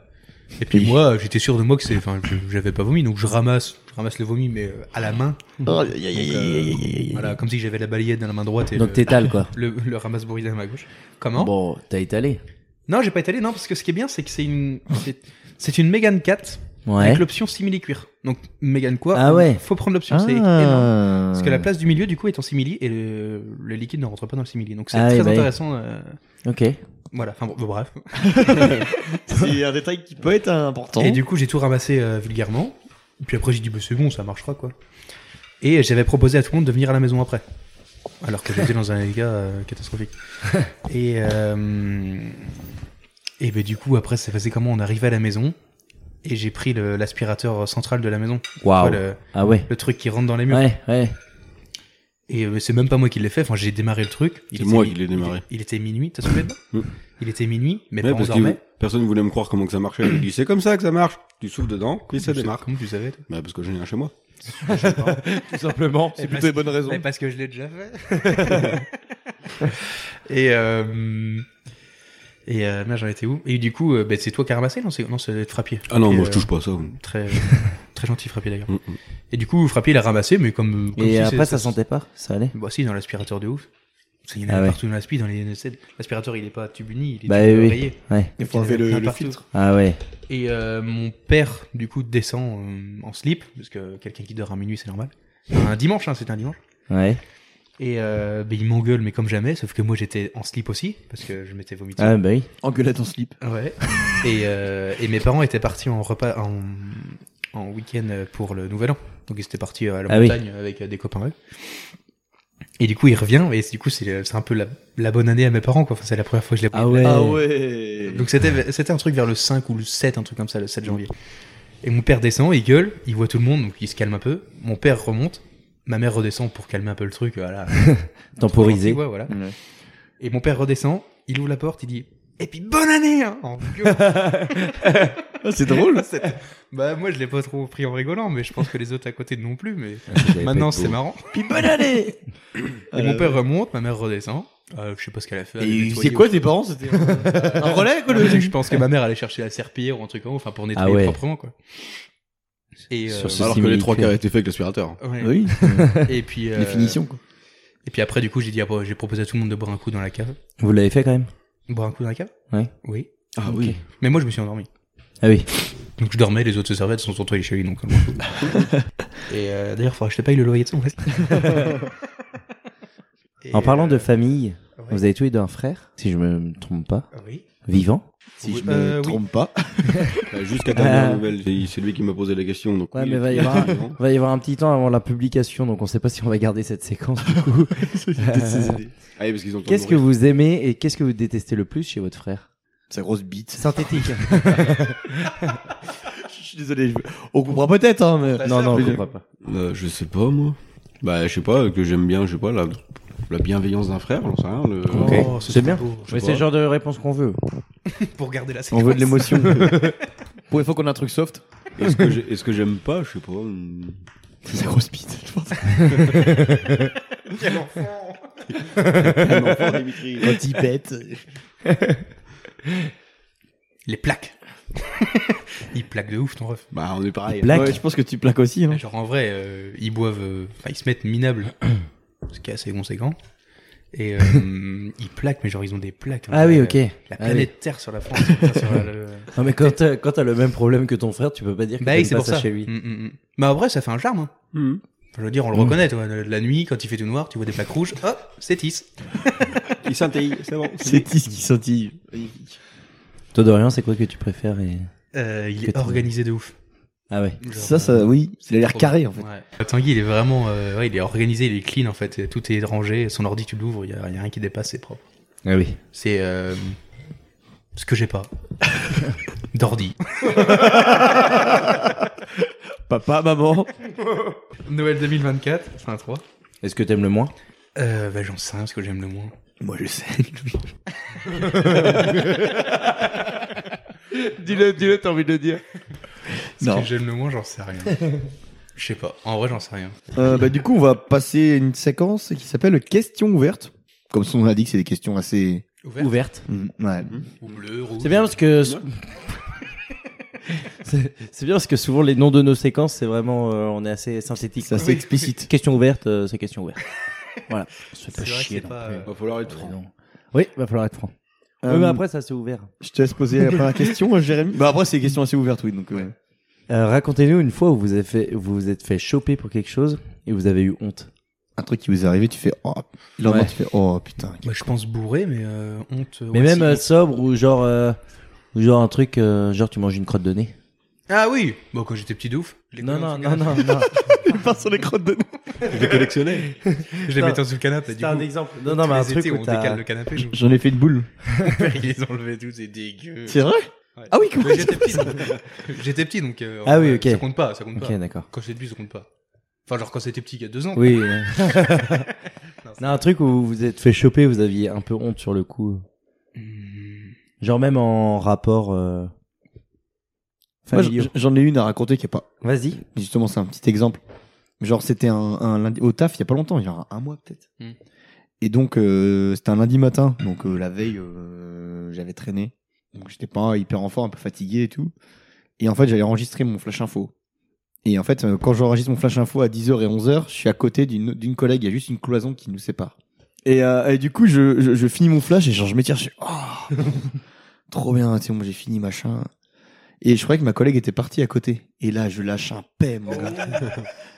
Et puis moi, j'étais sûr de moi que c'est, enfin, je- j'avais pas vomi, donc je ramasse, je ramasse le vomi, mais euh, à la main. Donc, euh, voilà, comme si j'avais la balayette dans la main droite et
Donc
le,
t'étales quoi.
le, le ramasse bourré dans la main gauche. Comment
Bon, t'as étalé.
Non, j'ai pas étalé, non, parce que ce qui est bien, c'est que c'est une, c'est, c'est une Mégane 4
Ouais.
avec l'option simili-cuir. Donc Mégane quoi
Ah ouais. Ah.
Faut prendre l'option, c'est énorme. Parce que la place du milieu, du coup, est en simili et le, le liquide ne rentre pas dans le simili. Donc c'est
Ah,
très
eh ben.
intéressant. euh,
Ok.
voilà, enfin bon, bon, bref.
C'est un détail qui peut être important.
Et du coup, j'ai tout ramassé euh, vulgairement. Et puis après, j'ai dit, bah, c'est bon, ça marchera quoi. Et j'avais proposé à tout le monde de venir à la maison après. Alors que j'étais dans un état euh, catastrophique. et euh, et ben, du coup, après, c'est passé comment On arrivait à la maison et j'ai pris le- l'aspirateur central de la maison. Tu vois,
Waouh.
Le,
Ah ouais.
le truc qui rentre dans les murs.
Ouais, ouais.
Et euh, c'est même pas moi qui l'ai fait. Enfin, j'ai démarré le truc.
C'est
était
moi
mi-
qui l'ai démarré.
Il, il était minuit. T'as soufflé dedans
Mm.
Il était minuit, mais
Ouais,
pas
parce
11
que personne voulait me croire comment que ça marchait. J'ai dit, c'est comme ça que ça marche. Tu souffles dedans, puis ça démarre.
Comment tu savais toi
Bah, parce que j'en ai un chez moi.
tout simplement,
Et parce- mais parce que je l'ai déjà fait. et euh, et euh, merde, j'en étais où Et du coup, euh, bah, c'est toi qui as ramassé Non, c'est non, c'est Frappier.
Ah non,
Frappier,
moi je
euh,
touche pas ça.
Très très gentil Frappier d'ailleurs.
Mm, mm.
Et du coup, Frappier il a ramassé, mais comme, comme
Et
si
après
c'est-
ça sentait pas Ça allait
Bah si, dans l'aspirateur de ouf. Parce qu'il y en a
Ah ouais.
partout dans l'aspi, dans les L'aspirateur, il est pas tube uni, il est
Bah
tube
oui.
rayé.
Ouais.
Il faut enlever le, le
Partout.
filtre.
Ah ouais.
Et euh, mon père, du coup, descend euh, en slip, parce que quelqu'un qui dort à minuit, c'est normal. Enfin, un dimanche, hein, c'était un dimanche.
Ouais.
Et euh, ben, il m'engueule, mais comme jamais, sauf que moi j'étais en slip aussi, parce que je m'étais vomité.
Ah bah oui.
Engueulade en slip.
Ouais. et, euh, et mes parents étaient partis en repas, en, en week-end pour le Nouvel An. Donc ils étaient partis à la
Ah oui.
montagne avec des copains. ouais. Et du coup, il revient, et du coup, c'est c'est un peu la, la bonne année à mes parents, quoi. Enfin, c'est la première fois que je l'ai pris.
Ah ouais.
ouais.
Donc c'était c'était un truc vers le 5 ou le 7, un truc comme ça, le 7 janvier. Et mon père descend, il gueule, il voit tout le monde, donc il se calme un peu. Mon père remonte, ma mère redescend pour calmer un peu le truc, voilà.
Temporisé.
Ouais, voilà.
Ouais.
Et mon père redescend, il ouvre la porte, il dit Et puis bonne année hein en rigolant.
Ah, C'est drôle.
C'était- Bah, moi je l'ai pas trop pris en rigolant, mais je pense que les autres à côté non plus, mais
Ah, ça devait pas
maintenant
être beau.
c'est marrant.
Puis bonne année.
Et mon père remonte, ma mère redescend. Euh, je sais pas ce qu'elle a fait. elle a
Et
nettoyé
c'est quoi tes parents C'était un relais quoi
Ah,
le
mais Je pense que ma mère allait chercher la serpillière ou un truc comme enfin pour nettoyer
Ah ouais.
proprement quoi. Et euh,
Sur ce-
Alors que
simili-cuir.
les trois quarts étaient faits avec l'aspirateur.
ouais.
Oui,
Et puis euh,
les finitions quoi.
Et puis après du coup j'ai dit ah, bon, j'ai proposé à tout le monde de boire un coup dans la cave.
Vous l'avez fait quand même
Boire un coup dans la cave
Ouais.
Oui.
Ah
Ok.
oui.
Mais moi je me suis endormi.
Ah oui.
Donc je dormais, les autres se servaient, ils sont surtout allés chez lui donc. euh, moi. Et euh, d'ailleurs faudra que je te paye le loyer de son reste. Et,
En parlant de
euh,
famille,
ouais.
vous avez tous les deux un frère, si je me trompe pas,
Oui.
vivant.
Si je
Euh,
me
oui.
trompe pas.
Bah, Jusqu'à ta dernière
Euh.
nouvelle, c'est- c'est lui qui m'a posé la question. Donc
Ouais,
oui,
mais va y
il était
avoir-
vivant.
Il va y avoir un petit temps avant la publication, donc on sait pas si on va garder cette séquence du coup. Euh,
Ah oui, parce qu'ils ont le temps
qu'est-ce
de
que
mourir.
vous aimez et qu'est-ce que vous détestez le plus chez votre frère
Sa grosse bite.
Synthétique.
Je suis désolé. je- On comprend peut-être hein. Mais...
non, non, je comprends pas.
Euh, Je sais pas, moi. Bah, je sais pas, que j'aime bien, je sais pas, la, la bienveillance d'un frère, j'en sais rien. le-
Ok.
Oh,
C'est
c'est
bien.
bien. Beau.
je sais
Mais
pas.
c'est le genre de réponse qu'on veut.
Pour garder la
On
séquence.
veut de l'émotion. Pour une fois qu'on a un truc soft.
Est-ce que j'ai- est-ce que j'aime pas Je sais pas. hum.
Sa grosse bite. Je pense.
Quel enfant
Quand il pète.
Les plaques. ils plaquent de ouf ton ref.
Bah, on est pareil.
Blague.
Ouais, je pense que tu plaques aussi. Hein.
Genre en vrai, euh, ils boivent, euh, enfin ils se mettent minables, ce qui est assez conséquent. Et euh, ils plaquent, mais genre ils ont des plaques. hein.
Ah oui,
Euh,
ok.
La
Ah
planète Terre sur la France. enfin, sur la- le-
Non, mais quand t'as, quand t'as le même problème que ton frère, tu peux pas dire que
Bah
t'aimes
oui, c'est
pas
pour ça.
chez lui.
Mm, mm, mm. Mais en vrai, ça fait un charme. hein.
Mhm.
Enfin, je veux dire, on le reconnaît. toi. Le- La nuit, quand il fait tout noir, tu vois des plaques rouges. Hop, c'est Tis.
Il scintille, c'est bon.
C'est Tis qui scintille.
Toi, Dorian, c'est quoi que tu préfères et...
Euh, il
Que
est
t'aimes.
organisé de ouf.
Ah ouais.
Ça, ça, oui, il a l'air carré en fait.
Ouais. Tanguy, il est vraiment, euh, ouais, il est organisé, il est clean en fait. Tout est rangé. Son ordi, tu l'ouvres, il y a, il y a rien qui dépasse, c'est propre.
Ah oui.
C'est euh, ce que j'ai pas d'ordi.
Papa, maman.
Noël 2024, enfin 3.
Est-ce que t'aimes le moins
Euh, bah, j'en sais rien, ce que j'aime le moins.
Moi, je sais.
Dis-le, dis-le, t'as envie de le dire.
Ce
Non.
que j'aime le moins, j'en sais rien. Je sais pas. En vrai, j'en sais rien.
Euh, bah, du coup, on va passer à une séquence qui s'appelle Questions ouvertes.
Comme son nom l'indique, c'est des questions assez.
Ouvert.
Ouverte.
Mm, ouais.
Ou bleu, rouge.
C'est bien parce que. C'est c'est bien parce que souvent les noms de nos séquences, c'est vraiment. euh, on est assez synthétique.
C'est assez
quoi.
explicite.
Question ouverte, euh, c'est question ouverte. voilà. C'est
vrai
pas
que
chier.
c'est
non
pas,
plus.
euh,
Va falloir être franc.
Non. Oui, va falloir être franc.
Euh,
oui, mais après, ça c'est ouvert.
Je te laisse poser la première question, Jérémy. Bah, après, c'est des questions assez ouvertes, oui. Donc, euh,
Euh, Racontez-nous une fois où vous avez fait, vous vous êtes fait choper pour quelque chose et vous avez eu honte.
Un truc qui vous est arrivé, tu fais oh. Le lendemain,
Ouais.
tu fais oh putain.
Bah, je pense bourré, mais euh, honte.
Mais
ouais,
même
si.
euh, sobre ou genre, euh, ou genre un truc, euh, genre tu manges une crotte de nez.
Ah oui Bon, quand j'étais petit de ouf. je les
euh, Non, non,
collais dans le
non, non, non.
Je les collectionnais.
canapé. Je les mettais sous le canapé. Du coup,
exemple. Non, non,
tous
mais un
les
truc
étés,
où
on
t'as-
décale le canapé. Je...
J'en ai fait une boule.
Ils les enlevaient tous, c'est dégueu.
C'est vrai
Ouais.
Ah oui, comment
Mais J'étais petit. J'étais petit, donc. euh,
Ah oui,
ouais,
ok.
Ça compte pas, ça compte
Ok,
pas.
d'accord.
Quand j'étais petit, ça compte pas. Enfin, genre quand c'était petit, il y a deux ans.
Oui. euh. non, un truc où vous vous êtes fait choper, vous aviez un peu honte sur le coup.
Hmm.
Genre même en rapport. euh,
Moi,
familiaux.
j'en- j'en ai une à raconter qui est pas.
Vas-y.
Justement, c'est un petit exemple. Genre, c'était un, un lundi au taf il y a pas longtemps, il y a un mois peut-être.
Mm.
Et donc, euh, c'était un lundi matin. Donc, euh, la veille, euh, j'avais traîné. Donc, j'étais pas hyper en forme, un peu fatigué et tout. Et en fait, j'allais enregistrer mon flash info. Et en fait, euh, quand j'enregistre mon flash info à 10h et 11h, je suis à côté d'une d'une collègue. Il y a juste une cloison qui nous sépare. Et, euh, et du coup, je, je, je finis mon flash et genre, je m'étire. Je suis, oh, trop bien, tu sais, moi j'ai fini machin. Et je croyais que ma collègue était partie à côté. Et là, je lâche un pème. mon gars.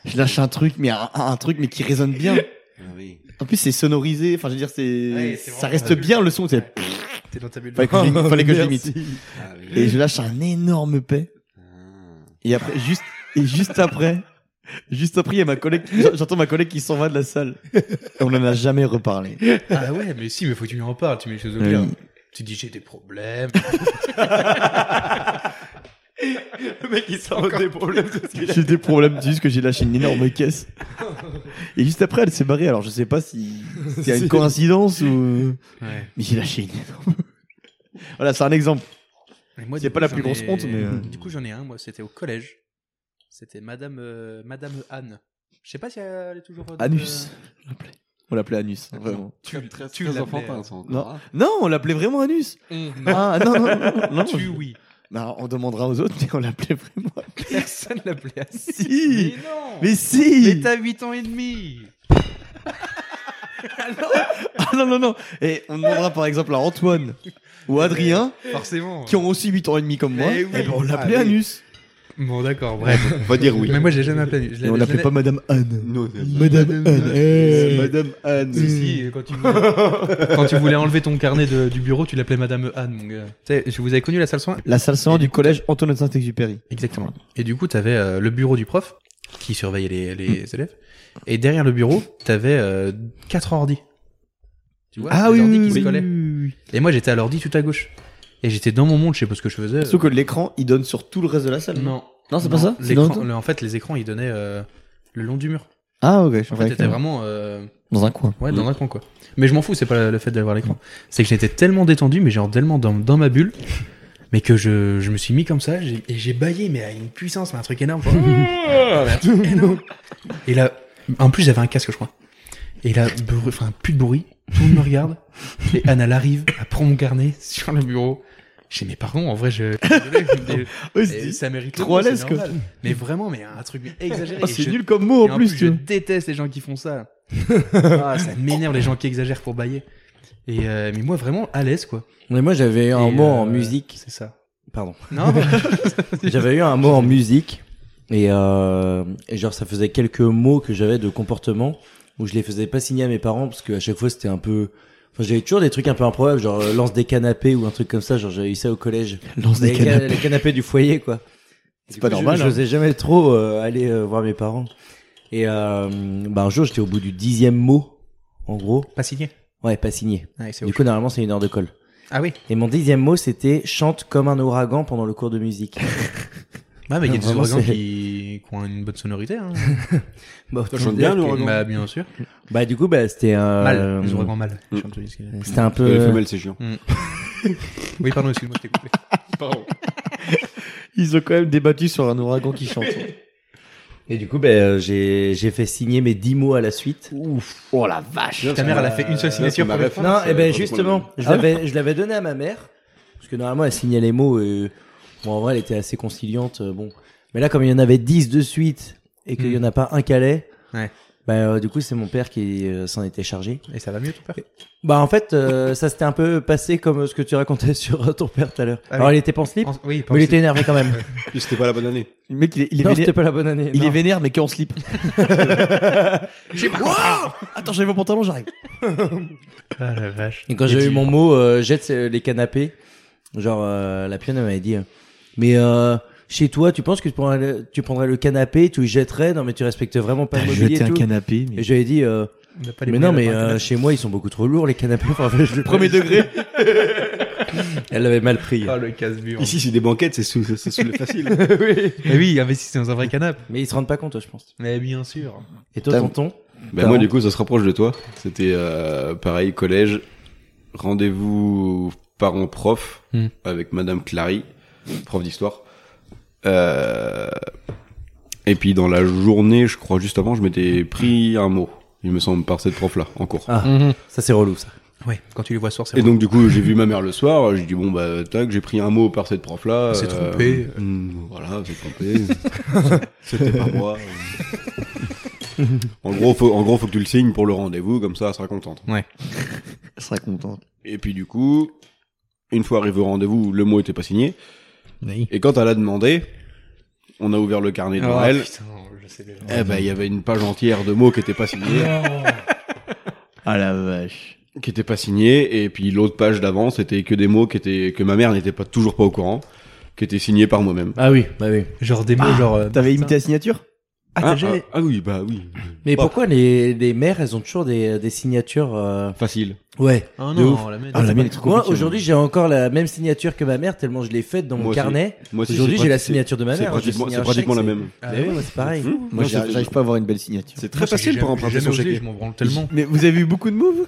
je lâche un truc, mais un, un truc, mais qui résonne bien.
Ah
En plus, c'est sonorisé. Enfin, je veux dire, c'est,
Ouais, c'est
ça
vraiment
reste
la bulle.
bien le son. c'est-
T'es dans ta bulle.
Fallait que je l'imite, fallait que je
Merci.
l'imite.
Ah
Et je lâche un énorme paix. Et après, juste, et juste après, juste après, il y a ma collègue, j'entends ma collègue qui s'en va de la salle. Et on en a jamais reparlé.
Ah ouais, mais si, mais faut que tu lui en parles, tu mets les choses au
Oui.
clair. Tu dis j'ai des problèmes. Le mec il sort des problèmes de ce
J'ai des problèmes, c'est juste que j'ai lâché une énorme caisse. Et juste après, elle s'est barrée. Alors, je sais pas si s'il y a une coïncidence ou.
Ouais.
Mais j'ai lâché une énorme. voilà, c'est un exemple.
Et moi,
C'est
du
pas la
j'en
plus grosse
ai-
honte, mais, euh.
Du coup, j'en ai un, moi, c'était au collège. C'était Madame, euh, Madame Anne. Je sais pas si elle est toujours. euh,
Anus. on l'appelait. On l'appelait Anus, hein, vraiment.
Tu,
très,
tu
très
l'appelais,
enfantin, ça encore. hein.
Non, on l'appelait vraiment Anus. Ah, non, non, non, non, non.
Tu, oui.
Non, on demandera aux autres, mais on l'appelait vraiment.
Personne l'appelait Anne.
si
Mais non
Mais si
Mais t'as 8 ans et demi
Ah non, non, non. Et on demandera par exemple à Antoine ou Adrien,
Forcément
qui ont aussi 8 ans et demi comme moi,
Mais
et
oui.
ben on l'appelait
Ah, oui.
Anus.
Bon, d'accord, bref.
On va dire oui.
Mais moi, j'ai jamais appelé Anne. Je
Et on
l'avais-
l'appelait
je
pas Madame Anne.
Non, c'est-
Madame Anne. Eh. hey.
Madame Anne.
Si, si, euh, quand tu, voulais... quand tu voulais enlever ton carnet de- du bureau, tu l'appelais Madame Anne, mon gars. Tu sais, je vous avais connu la salle soin
La salle 101 du collège Antoine de Saint-Exupéry.
Exactement. Et du coup, t'avais avais le bureau du prof qui surveillait les, les élèves. Et derrière le bureau, t'avais avais quatre ordi. Tu vois les ordi qui se collaient. Et moi, j'étais à l'ordi tout à gauche. Et j'étais dans mon monde, je sais pas ce que je faisais. Euh,
Sauf que l'écran, il donne sur tout le reste de la salle.
Non.
Non, c'est pas ça C'est
L'écran-
dans le-
le- en fait, les écrans, ils donnaient euh, le long du mur.
Ah, ok, je
En fait,
croyais
t'étais
que-
vraiment euh,
dans un coin.
ouais, dans un coin, quoi. Mais je m'en fous, c'est pas le fait d'avoir l'écran. C'est que j'étais tellement détendu, mais genre tellement dans, dans ma bulle, mais que je, je me suis mis comme ça, j'ai- et j'ai baillé, mais à une puissance, mais un truc énorme. genre,
Ah,
mais un truc énorme. Et là, en plus, j'avais un casque, je crois. Et là, brou- enfin, plus de bruit, tout le monde me regarde, et Anne, elle arrive, elle prend mon carnet sur le bureau. J'ai dit, mais pardon, en vrai, je. désolé, mais-
Ouais,
et
Oh, c'est
ça mérite
trop à
le coup,
l'aise,
c'est
quoi.
normal. Mais vraiment, mais un truc mais exagéré.
Ah,
Et
c'est
je-
nul comme mot
et
en plus,
je
tu vois.
déteste les gens qui font ça. ah, ça m'énerve les gens qui exagèrent pour bailler. Et euh, mais moi vraiment à l'aise quoi.
Mais moi j'avais eu un
Et,
mot
euh,
en musique.
C'est ça.
Pardon.
Non.
J'avais eu un mot en musique et, euh, et genre ça faisait quelques mots que j'avais de comportement où je les faisais pas signer à mes parents parce qu'à chaque fois c'était un peu. Enfin j'avais toujours des trucs un peu improbables genre euh, lance des canapés ou un truc comme ça genre j'avais eu ça au collège.
Lance
Les, ca- les canapés du foyer quoi.
C'est pas
Je-
normal.
Je
hein.
n'osais jamais trop euh, aller euh, voir mes parents. Et euh, bah, un jour, j'étais au bout du dixième mot, en gros.
Pas signé.
Ouais, pas signé.
Ouais, c'est
Du
ouf.
coup, normalement, c'est une heure de colle.
Ah oui.
Et mon dixième mot, c'était chante comme un ouragan pendant le cours de musique.
Ouais, mais il y
Non,
a des
vraiment,
ouragans
c'est-
qui... qui ont une bonne sonorité. Hein.
bah,
Ça chante bien, l'ouragan.
bah, bien sûr.
bah, du coup, bah, c'était un. euh,
Mal. les ouragans mal.
Mm.
Chantent-
C'était un
Il fait
peu.
mal, c'est chiant.
Oui, pardon, excuse-moi, je t'ai coupé.
Ils ont quand même débattu sur un ouragan qui chante.
Et du coup, bah, euh, j'ai j'ai fait signer mes dix mots à la suite.
Ta mère, elle a fait une seule signature pour
m'arrête.
le
Non,
c'est
et
pas
ben
trop
justement, je l'avais, je l'avais donné à ma mère, parce que normalement elle signait les mots, et bon, en vrai elle était assez conciliante, euh, bon. Mais là, comme il y en avait 10 de suite, et qu'il
Hmm.
y en a pas un calais,
Ouais.
bah, euh, du coup c'est mon père qui euh, s'en était chargé.
Et ça va mieux, ton père
Bah en fait, euh, ça s'était un peu passé comme euh, ce que tu racontais sur euh, ton père tout à l'heure.
Ah
Alors
oui.
il était pas en slip,
En- Oui,
mais il
pensez-
était énervé quand même.
Puis c'était pas la bonne année.
Le mec, il est, il est
non,
vénère,
c'était pas la bonne année.
il est
non.
vénère, mais qu'en slip. Wow Attends, j'avais mon pantalon, j'arrive.
Ah la vache.
Et quand j'ai eu mon mot, euh, jette euh, les canapés. Genre, euh, la pionne elle m'avait dit, euh, mais euh, chez toi, tu penses que tu prendrais, le, tu prendrais le canapé, tu le jetterais, non mais tu respectes vraiment pas le mobilier et tout.
canapé.
Et j'avais dit, euh,
On n'a pas les
mais
moyens
non mais
d'avoir un
euh,
canapé.
chez moi ils sont beaucoup trop lourds les canapés. Enfin, je le Premier degré. Elle l'avait mal pris.
Ah, le casse-mur.
Ici, c'est des banquettes, c'est sous, c'est sous le facile.
Mais oui, investissez dans un vrai canapé.
Mais ils se rendent pas compte, je pense.
Mais bien sûr.
Et toi,
T'as-
tonton
bah, moi, du coup, ça se rapproche de toi. C'était euh, pareil, collège, rendez-vous parents-prof
Hmm.
avec Madame Clary, prof d'histoire. Euh, et puis, dans la journée, je crois, juste avant, je m'étais pris un mot, il me semble, par cette prof-là, en cours.
Ah, ça c'est relou ça.
Ouais, quand tu les vois soir, c'est
Et donc du coup j'ai vu ma mère le soir, j'ai dit bon bah tac, j'ai pris un mot par cette prof là.
Elle s'est trompée.
voilà, c'est trompé. C'était pas moi. en gros, faut, en gros, faut que tu le signes pour le rendez-vous, comme ça elle sera contente.
Elle sera contente.
Et puis du coup, une fois arrivé au rendez-vous, le mot était pas signé.
Oui.
Et quand elle a demandé, on a ouvert le carnet devant
Oh,
elle.
putain, je sais déjà.
Eh ben il y avait une page entière de mots qui étaient pas signés,
Ah la vache.
qui étaient pas signés. Et puis l'autre page d'avant, c'était que des mots qui étaient que ma mère n'était pas toujours pas au courant, qui étaient signés par moi-même.
Ah oui, bah oui.
Genre des mots, genre. euh,
T'avais
putain.
imité la signature
Ah, t'as déjà.
ah oui, bah oui.
Mais
Bah.
pourquoi les, les mères elles ont toujours des, des signatures euh,
Facile.
Ouais.
Ah
de ouf.
non, la mienne.
Ah, la mienne est trop
Moi,
compliquée,
aujourd'hui, j'ai encore la même signature que ma mère, tellement je l'ai faite dans mon
Moi aussi.
carnet.
Moi aussi,
Aujourd'hui,
c'est
j'ai la
prati-
signature de ma
C'est
mère. hein,
pratiquement,
Je signe
c'est
un
pratiquement la
chèque,
même.
Ah
c'est-
ouais,
Bah oui, moi, c'est pareil.
Hmm.
Moi,
Non,
j'arrive
c'est-
j'arrive pas à avoir une belle signature.
C'est
Moi,
très
ça, j'ai
facile pour
jamais- j'ai
emprunter
jamais
son
osé,
chéquier.
Je m'en branle tellement.
Mais vous avez eu beaucoup de moves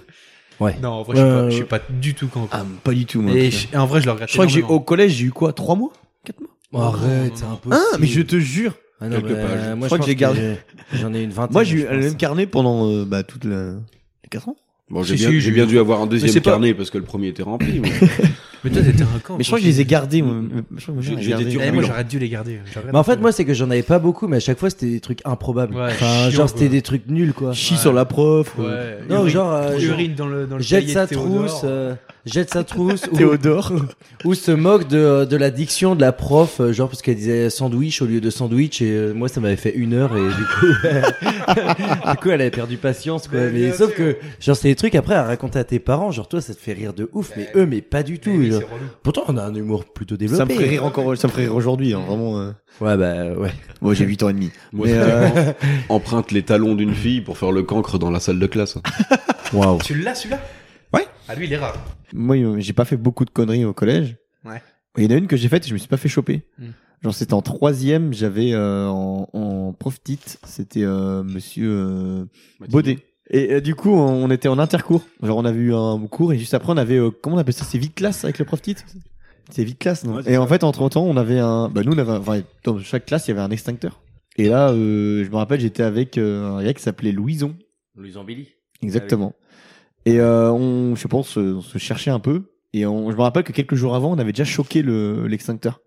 Non, en vrai, je suis pas-
Euh,
je suis pas du tout quand.
Ah, pas du tout, moi.
Et
putain.
je- et en vrai, je le regrette.
Je crois que j'ai
énormément.
au collège, j'ai eu quoi 3 mois
Oh, Arrête, c'est impossible.
Ah, mais je te jure
Ah non,
Quelques
bah,
pages.
Moi,
euh, Je crois que
pense
j'ai gardé-
j'ai- J'en ai une vingtaine.
Moi, j'ai eu
je
le même
pense.
carnet pendant euh, bah, toute la... 4 ans
Bon, j'ai
Si,
bien,
si,
j'ai
je-
bien dû avoir un
Mais c'est
deuxième
pas-
carnet parce que le premier était rempli. mais-
Mais toi, t'étais un camp.
Mais je crois que je les ai gardés. moi. Je crois que ma mère
J'ai-
les
j'ai
gardait.
des
Eh,
turbulents.
moi, j'aurais dû les garder. j'aurais-
Mais en fait, moi, c'est que j'en avais pas beaucoup, mais à chaque fois, c'était des trucs improbables.
Ouais,
enfin,
chiant,
genre, c'était
quoi.
des trucs nuls, quoi.
Chie sur la prof. ou-
Ouais.
Non,
urine-
genre, euh, genre,
Urine dans le dans le
jette
cahier
sa
de Théodore. Ah,
trousse, euh, jette sa trousse, ou,
Théodore.
ou se moque de, de la diction de la prof, euh, genre parce qu'elle disait sandwich au lieu de sandwich, et euh, moi ça m'avait fait une heure, et du coup, du coup elle avait perdu patience, quoi. Mais, sauf que, genre, c'est des trucs après à raconter à tes parents, genre toi ça te fait rire de ouf, mais eux, mais pas du tout.
Mais
genre.
c'est relou.
Pourtant, on a un humour plutôt développé.
Ça me ferait rire encore, ça me ferait rire aujourd'hui, hein, vraiment. euh.
Ouais, bah ouais.
Moi, j'ai 8 ans et demi.
Moi,
Mais,
c'était
euh,
vraiment, emprunte les talons d'une fille pour faire le cancre dans la salle de classe.
Waouh.
Tu l'as celui-là
Ouais.
Ah lui, il est rare.
Moi, euh, j'ai pas fait beaucoup de conneries au collège.
Ouais.
Il y en a une que j'ai faite et je me suis pas fait choper.
Hmm.
Genre, c'était en troisième, j'avais euh, en, en prof titre, c'était euh, monsieur euh, Baudet.
Et euh, du coup, on était en intercours. Genre, on avait eu un cours et juste après, on avait, euh, comment on appelle ça C'est vite classe avec le prof titre C'est vite classe, non
Ouais, c'est
Et en fait, entre temps, on avait un. Bah, nous, on avait. un- Enfin, dans chaque classe, il y avait un extincteur. Et là, euh, je me rappelle, j'étais avec euh, un gars qui s'appelait Louison.
Louis Billy.
Exactement. Et euh, on, je pense, euh, on se cherchait un peu. Et on, je me rappelle que quelques jours avant, on avait déjà choqué le l'extincteur.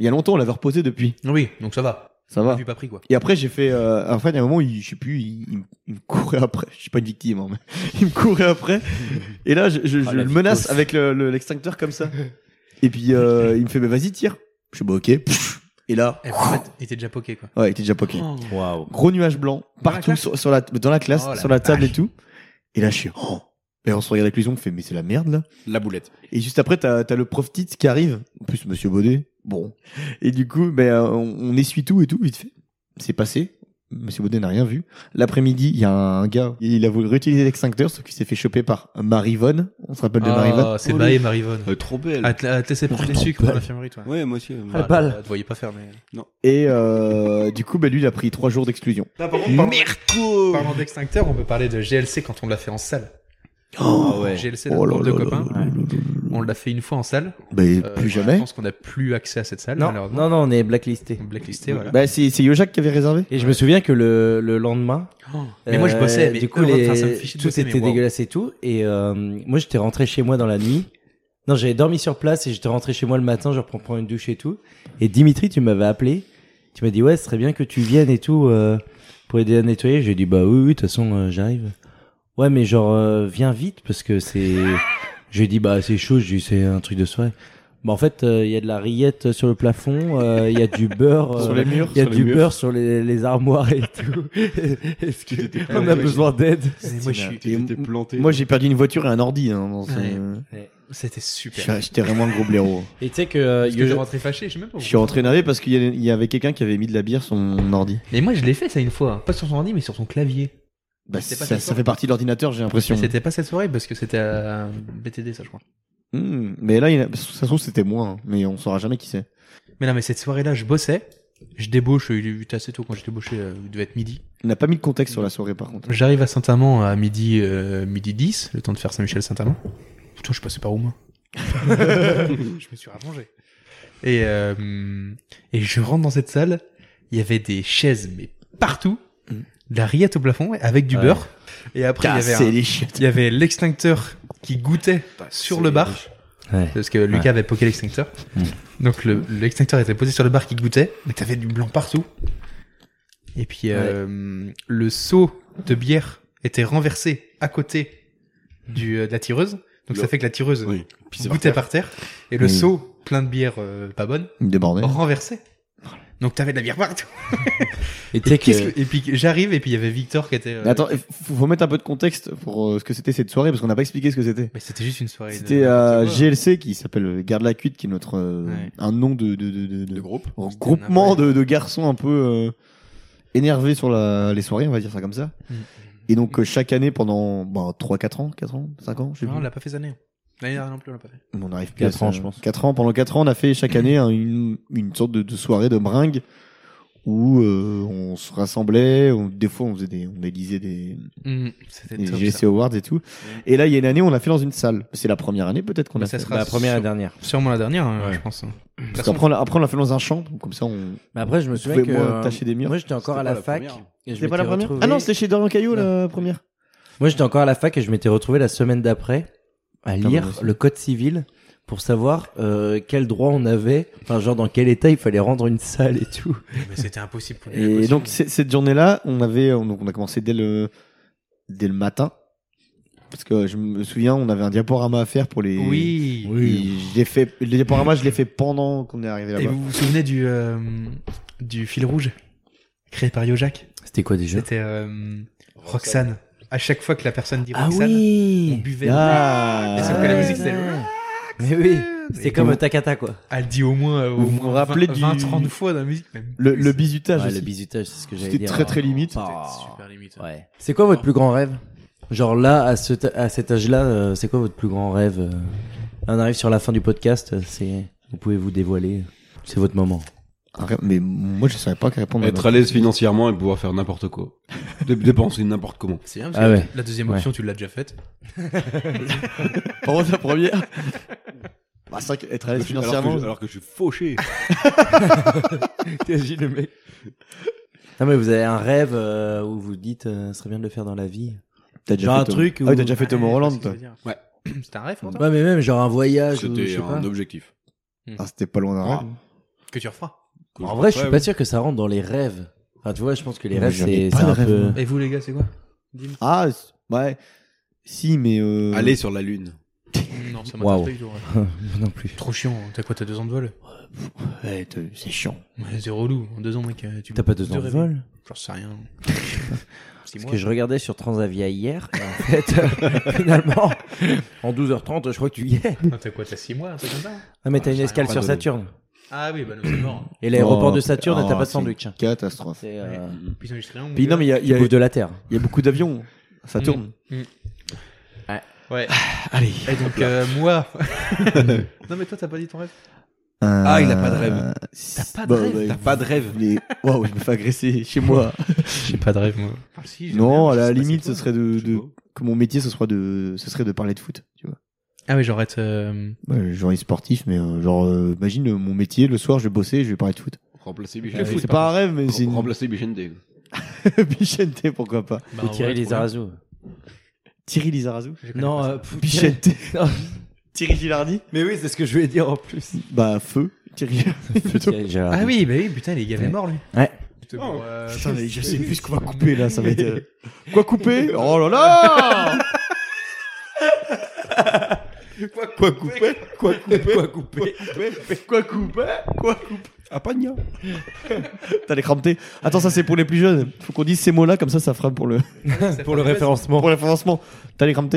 Il y a longtemps, on l'avait reposé depuis.
Oui, donc ça va.
Ça va.
Tu pas pris quoi.
Et après, j'ai fait. Euh, en fait, il y a un moment, il, je sais plus, il, il me- il me courait après. Je suis pas une victime, hein, mais il me courait après. Et là, je, je- je
Ah, la
le menace
victose.
avec le- le- l'extincteur comme ça. Et puis, euh, il me fait, bah, vas-y, tire. Je suis bah, ok. Et là,
Eh, en fait, il était déjà poké quoi.
ouais, il était déjà poqué.
Oh.
Waouh.
Gros nuage blanc
Dans la
partout
classe
sur, sur la dans la classe,
Oh, la
sur la table
vache.
et tout. Et là, je suis. Oh. Et on se regarde avec Louison, on fait mais c'est la merde là.
La boulette.
Et juste après, t'as as le prof titre qui arrive. En plus, Monsieur Baudet, Bon. Et du coup, ben, euh, on, on essuie tout et tout, vite fait. C'est passé. Monsieur Baudet n'a rien vu. L'après-midi, il y a un gars, il a voulu réutiliser l'extincteur, sauf qu'il s'est fait choper par Marivonne. On se rappelle de Marivonne.
Ah, c'est Baé Marivonne.
Euh, trop belle.
Ah, te la- te laisser porter le sucre dans l'infirmerie, toi.
Ouais, moi aussi. euh,
Ah,
balle.
Te voyais pas faire, mais.
Et euh, du coup, ben, lui, il a pris trois jours d'exclusion.
Parlant d'extincteur, on peut parler de GLC quand on l'a fait en salle.
Ah ouais.
GLC,
oh
notre groupe de copains. On l'a fait une fois en salle.
Ben,
Euh,
plus
voilà,
jamais.
Je pense qu'on n'a plus accès à cette salle.
Non,
malheureusement.
non, non, on est blacklisté.
Blacklisté, voilà.
Ben, c'est c'est Yojac qui avait réservé.
Et je me souviens que le, le lendemain,
mais moi, je
euh,
bossais, mais
du coup,
heureux-
les-
enfin, ça me fichait de
tout
bosser, mais
était
wow.
dégueulasse et tout. Et euh, moi, j'étais rentré chez moi dans la nuit. Non, j'avais dormi sur place et j'étais rentré chez moi le matin, genre pour prendre une douche et tout. Et Dimitri, tu m'avais appelé. Tu m'as dit, ouais, ce serait bien que tu viennes et tout euh, pour aider à nettoyer. J'ai dit, bah oui, oui, de toute façon, euh, j'arrive. Ouais, mais genre, euh, viens vite parce que c'est. J'ai dit, bah c'est chaud, j'ai dit, c'est un truc de soirée. Bah en fait, euh, il y a de la rillette sur le plafond, euh, il y a du beurre. euh,
murs.
il y a du beurre sur les, les armoires et tout. Est-ce que on a besoin d'aide
Mais moi, je suis.
Et m-
planté.
moi, j'ai perdu une voiture et un ordi. hein, dans ce-
Ouais. Oh. C'était
Je
super.
suis- J'étais vraiment un gros blaireau.
Et tu sais que, euh,
Parce que je
Yoja-
rentré fâché, je sais même pas.
Je suis rentré énervé parce qu'il y a- il y avait quelqu'un qui avait mis de la bière sur mon ordi.
Mais moi, je l'ai fait ça une fois. Pas sur son ordi, mais sur son clavier.
Bah,
C'était pas
ça,
cette
ça
soirée.
fait partie de l'ordinateur, j'ai l'impression.
Mais c'était pas cette soirée parce que c'était à BTD, ça, je crois.
Hmm, mais là, il y en a- ça se trouve, c'était moi, hein, mais on saura jamais qui c'est.
Mais non, mais cette soirée-là, je bossais. Je débauche, il était assez tôt quand j'ai débauché, euh, il devait être midi.
On n'a pas mis de contexte sur la soirée, par contre.
J'arrive à Saint-Amand à midi, euh, midi 10, le temps de faire Saint-Michel-Saint-Amand. Putain, je suis passé par où, moi Je me suis rallongé. Et, euh, et je rentre dans cette salle, il y avait des chaises, mais partout, de la rillette au plafond, avec du
Ouais.
beurre. Et après, il y avait un-
Casser les chiottes.
il y avait l'extincteur qui goûtait sur le bar.
Ouais.
Parce que Lucas avait poké l'extincteur. Donc le- l'extincteur était posé sur le bar qui goûtait. Donc t'avais du blanc partout. Et puis euh, le seau de bière était renversé à côté du, euh, de la tireuse. Donc ça fait que la tireuse
Oui. Puis c'est
goûtait par terre. Et le
Oui.
seau plein de bière euh, pas bonne
Débordé.
renversé. Donc t'avais de la bière partout.
Et tu sais que,
Qu'est-ce que- Et puis j'arrive et puis il y avait Victor qui était. euh,
Mais Attends, il faut, faut mettre un peu de contexte pour euh, ce que c'était cette soirée, parce qu'on n'a pas expliqué ce que c'était.
Mais c'était juste une soirée. de-
C'était à
de-
GLC qui s'appelle euh, Garde la Cuite, qui est notre euh,
Ouais.
un nom de, de, de, de- de-
de groupe.
un groupement de, de garçons un peu euh, énervés sur la, les soirées, on va dire ça comme ça.
Mm.
Et donc euh, chaque année pendant bon, 3-4 ans, 4 ans, 5 ans, je sais
Non, on
plus.
l'a pas fait cette année. L'année dernière non plus, on l'a pas fait.
On arrive plus
Quatre ans, je pense.
4 ans. Pendant 4 ans, on a fait chaque année hein, une, une sorte de, de soirée de bringue où euh, on se rassemblait, on, des fois on faisait des, on élisait des,
Mm. C'était
des
top,
GC Awards et tout. Et là, il y a une année, on l'a fait dans une salle. C'est la première année peut-être qu'on
Mais
a
ça
fait.
sera
la première et la
sûre-
dernière.
sûrement la dernière, hein, je pense.
Parce qu'après, on Bah, l'a- après, on l'a fait dans un champ, donc comme ça on
Mais après, je me souviens
pouvait
que
moins
euh,
tâcher des murs.
moi, j'étais encore à la, fac. et je
C'était pas la
m'étais
première
retrouvé-
Ah non, c'était chez Dorian Caillot la première.
Moi, j'étais encore à la fac et je m'étais retrouvé la semaine d'après à
Pardon,
lire
moi aussi.
le code civil pour savoir euh, quel droit on avait, enfin genre dans quel état il fallait rendre une salle et tout.
Mais c'était impossible. pour nous,
Et
impossible.
donc c'est- cette journée-là, on avait on- donc on a commencé dès le dès le matin parce que je me souviens, on avait un diaporama à faire pour les
oui.
Et je l'ai fait le diaporama, je l'ai fait pendant qu'on est arrivé
Et
là-bas.
vous vous souvenez du euh, du fil rouge créé par Yojack
C'était quoi déjà
C'était euh, Roxane. À chaque fois que la personne dit
Ah
Roxane, on
oui.
buvait.
Ah,
Et sauf que la
ouais.
musique c'était.
Mais oui, c'était
Et
comme
vous-
un Takata quoi.
Elle dit au moins euh, au
Vous vous
moins
rappelez
20,
du-
20 30 fois dans la musique même.
le, le bisutage
Ouais,
aussi.
le bisutage, c'est ce que j'allais
Ah, C'était
dire.
très, très limite.
Oh.
Ah, C'était super limite.
Ouais. C'est quoi votre plus grand rêve Genre là, à, ce ta- à cet âge-là, euh, c'est quoi votre plus grand rêve euh On arrive sur la fin du podcast, euh, c'est vous pouvez vous dévoiler, c'est votre moment.
Ah, Mais moi je savais pas qu'à répondre. à
Être à l'aise financièrement et pouvoir faire n'importe quoi. Dé- Dépenser n'importe comment.
C'est bien parce
Ah
que
ouais.
la deuxième
Ouais.
option tu l'as déjà faite.
Par contre, la première. Bah, c'est vrai que être à l'aise financièrement.
Alors que, alors que je suis fauché.
Non Ah, mais vous avez un rêve euh, où vous dites, euh, ce serait bien de le faire dans la vie.
T'as
Genre un truc
Ah,
où...
oui, t'as déjà fait Tomorrowland, toi.
Ouais.
C'était un rêve pour toi
Ouais mais même genre un voyage ou Ah, je
C'était
sais pas.
un objectif.
Ah, c'était pas loin d'un rêve.
que tu referas.
Que
En vrai, je suis
ferais,
pas sûr que ça rentre dans les rêves. Enfin, tu vois, je pense que les
Moi,
rêves,
j'en
c'est
ai pas
c'est
de
un
rêve,
peu...
Et vous les gars, c'est quoi
Ah, c- ouais. Si, mais. Euh...
mais Aller sur la lune.
Non, ça
Waouh.
m'intéresse pas du tout. ouais.
non plus.
Trop chiant. T'as quoi T'as deux ans de vol
Ouais, t'as- c'est chiant.
Ouais, C'est relou. En deux ans, mec, euh, tu
T'as pas deux ans de
rêves.
vol
J'en sais rien. Six
Parce
mois.
que je regardais sur Transavia hier, et en fait, finalement, en 12h30, je crois que tu y es.
Ah, T'as quoi T'as six mois, un truc comme ça
Ah mais t'as une
Ah,
escale
pas
sur
de-
Saturne.
Ah oui, bah non, c'est mort.
Et l'aéroport
Oh,
de Saturne,
oh,
t'as pas de
c'est
sandwich. hein.
Catastrophe.
C'est, euh,
Puis ils ont juste rien, mon
Puis non,
gars.
mais il y a, il y a-
tu bouffes de la terre.
il y a beaucoup d'avions. Ça
Mm.
tourne.
Ouais.
Allez.
Et donc, euh, moi. non, mais toi, t'as pas dit ton rêve
Ah,
il a pas de rêve.
T'as
pas de rêve.
T'as pas de rêve.
Les... Waouh, je me fais agresser chez moi.
J'ai pas de rêve, moi. Ah, si, j'ai
non,
rien,
à
je
la
sais pas,
limite,
c'est
ce serait
toi.
de,
Je
de-
sais pas.
que mon métier, ce serait de, ce serait de parler de foot. Tu vois.
Ah oui, genre être. euh,
Ouais, journaliste sportif, mais euh, genre, euh, imagine euh, mon métier, le soir, je vais bosser, et je vais parler de foot.
Remplacer
Le
Ah,
Bichente.
foot,
C'est pas un rêve, mais c'est une
Remplacer Bichente.
Bichente, pourquoi pas.
bah,
Ou
en
Thierry
vrai, trop bien.
Lizarazu.
Thierry Lizarazu.
Je connais
Non,
pas
euh,
ça.
pff, Thierry-
Bichente.
Non.
Thierry Gilardi.
Mais oui, c'est ce que je vais dire en plus.
Bah, feu. Thierry Gilardi. plutôt.
Thierry Lizarazu.
Ah oui, bah oui, putain, les gars, il est mort, lui.
Ouais.
Putain, bon, euh,
Putain, mais je sais plus ce qu'on va
c'est-
couper là, ça va être. euh, Quoi couper Oh là là
Quoi couper Quoi couper
Quoi couper
Ah, pas de
T'as les crampes Attends, ça c'est pour les plus jeunes. Faut qu'on dise ces mots-là, comme ça, ça fera pour le,
Pour le référencement.
pour le référencement. T'as les crampes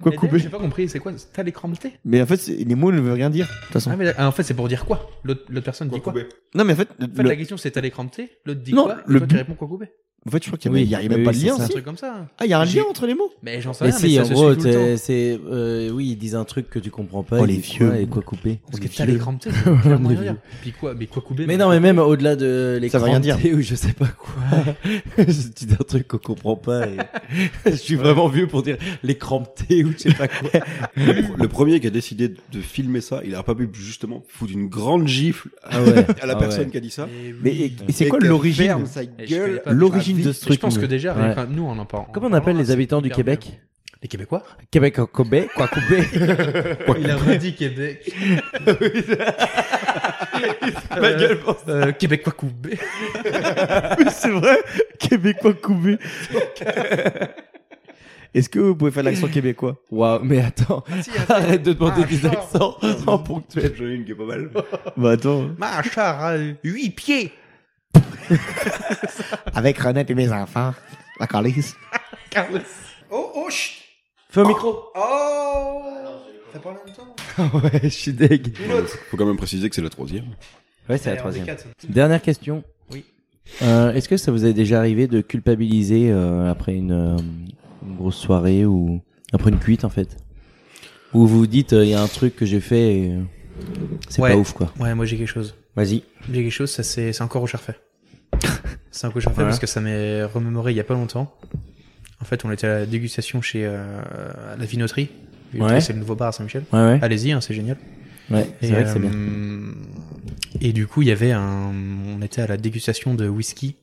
Quoi
Mais d'ailleurs,
couper
J'ai pas compris, c'est quoi T'as l'écran de thé
Mais en fait, c'est- les mots ne veulent rien dire. De toute façon.
ah, mais, ah, en fait, c'est pour dire quoi L'autre l'autre personne dit quoi
Non, mais en fait,
En fait,
le-
la question, c'est t'as l'écran de thé L'autre dit
Non,
quoi Et
le
toi, tu
but-
réponds quoi couper
en fait, je crois qu'il
Oui,
n'y a, il y a même
oui,
pas de
c'est
lien.
ça.
C'est un
si.
truc comme ça.
Ah, il y a un
J'ai-
lien entre les mots
Mais j'en sais
Mais
rien,
si,
mais
en
ça se
gros,
suit tout le temps.
t'es- c'est. euh, oui, ils disent un truc que tu comprends pas.
Oh,
ils
les
disent
vieux.
quoi Et quoi couper
Parce
On est
que t'as
vieux.
l'écran de thé, ça veut clairement
est
rien dire. Puis quoi Mais quoi couper
Mais non, mais même au-delà de
Ça
l'écran
veut rien dire.
Ou je sais pas quoi. je dis un truc qu'on comprend pas. Et... je suis vraiment vieux pour dire l'écran T ou je sais pas quoi.
Le premier qui a décidé de filmer ça, il a pas pu justement foutre une grande gifle
Ah ouais.
à la
Ah
personne
ouais.
qui a dit ça.
Mais et- et c'est quoi
que
l'origine
ferme sa
Eh, je connais
gueule.
pas.
L'origine de ce
Je
truc.
pense que déjà,
Ouais.
enfin, nous, on en parle.
Comment on appelle les habitants du Québec
Les Québécois
Québec en Kobe, quoi couper
Il a redit Québec. Ma gueule Québécois coupé.
c'est vrai Québécois coupé. Est-ce que vous pouvez faire l'accent québécois
Waouh, mais attends, arrête de demander des accents en ponctuel.
J'en ai une qui est pas mal.
Bah attends.
Ma char a 8 pieds.
Avec Renette et mes enfants, la calice.
Carlos. Oh, oh, chut.
Fais au micro.
Oh. T'as parlé en même temps
ouais, je suis deg.
Faut quand même préciser que c'est la troisième.
Ouais,
Eh,
c'est la troisième. Dernière question.
Oui.
Euh, Est-ce que ça vous est déjà arrivé de culpabiliser euh, après une, euh, une grosse soirée ou après une cuite en fait Où vous vous dites, euh, il y a un truc que j'ai fait et euh, c'est
Ouais.
pas ouf quoi.
Ouais, moi j'ai quelque chose.
Vas-y.
J'ai quelque chose, ça c'est c'est encore au charfait. c'est encore au charfait
Voilà.
parce que ça m'est remémoré il y a pas longtemps. En fait, on était à la dégustation chez euh, la Vinoterie. Vinoterie,
Ouais.
C'est le nouveau bar à Saint-Michel.
Ouais, ouais.
Allez-y, hein, c'est génial.
ouais c'est vrai que c'est
euh,
bien.
Et du coup, il y avait un. On était à la dégustation de whisky.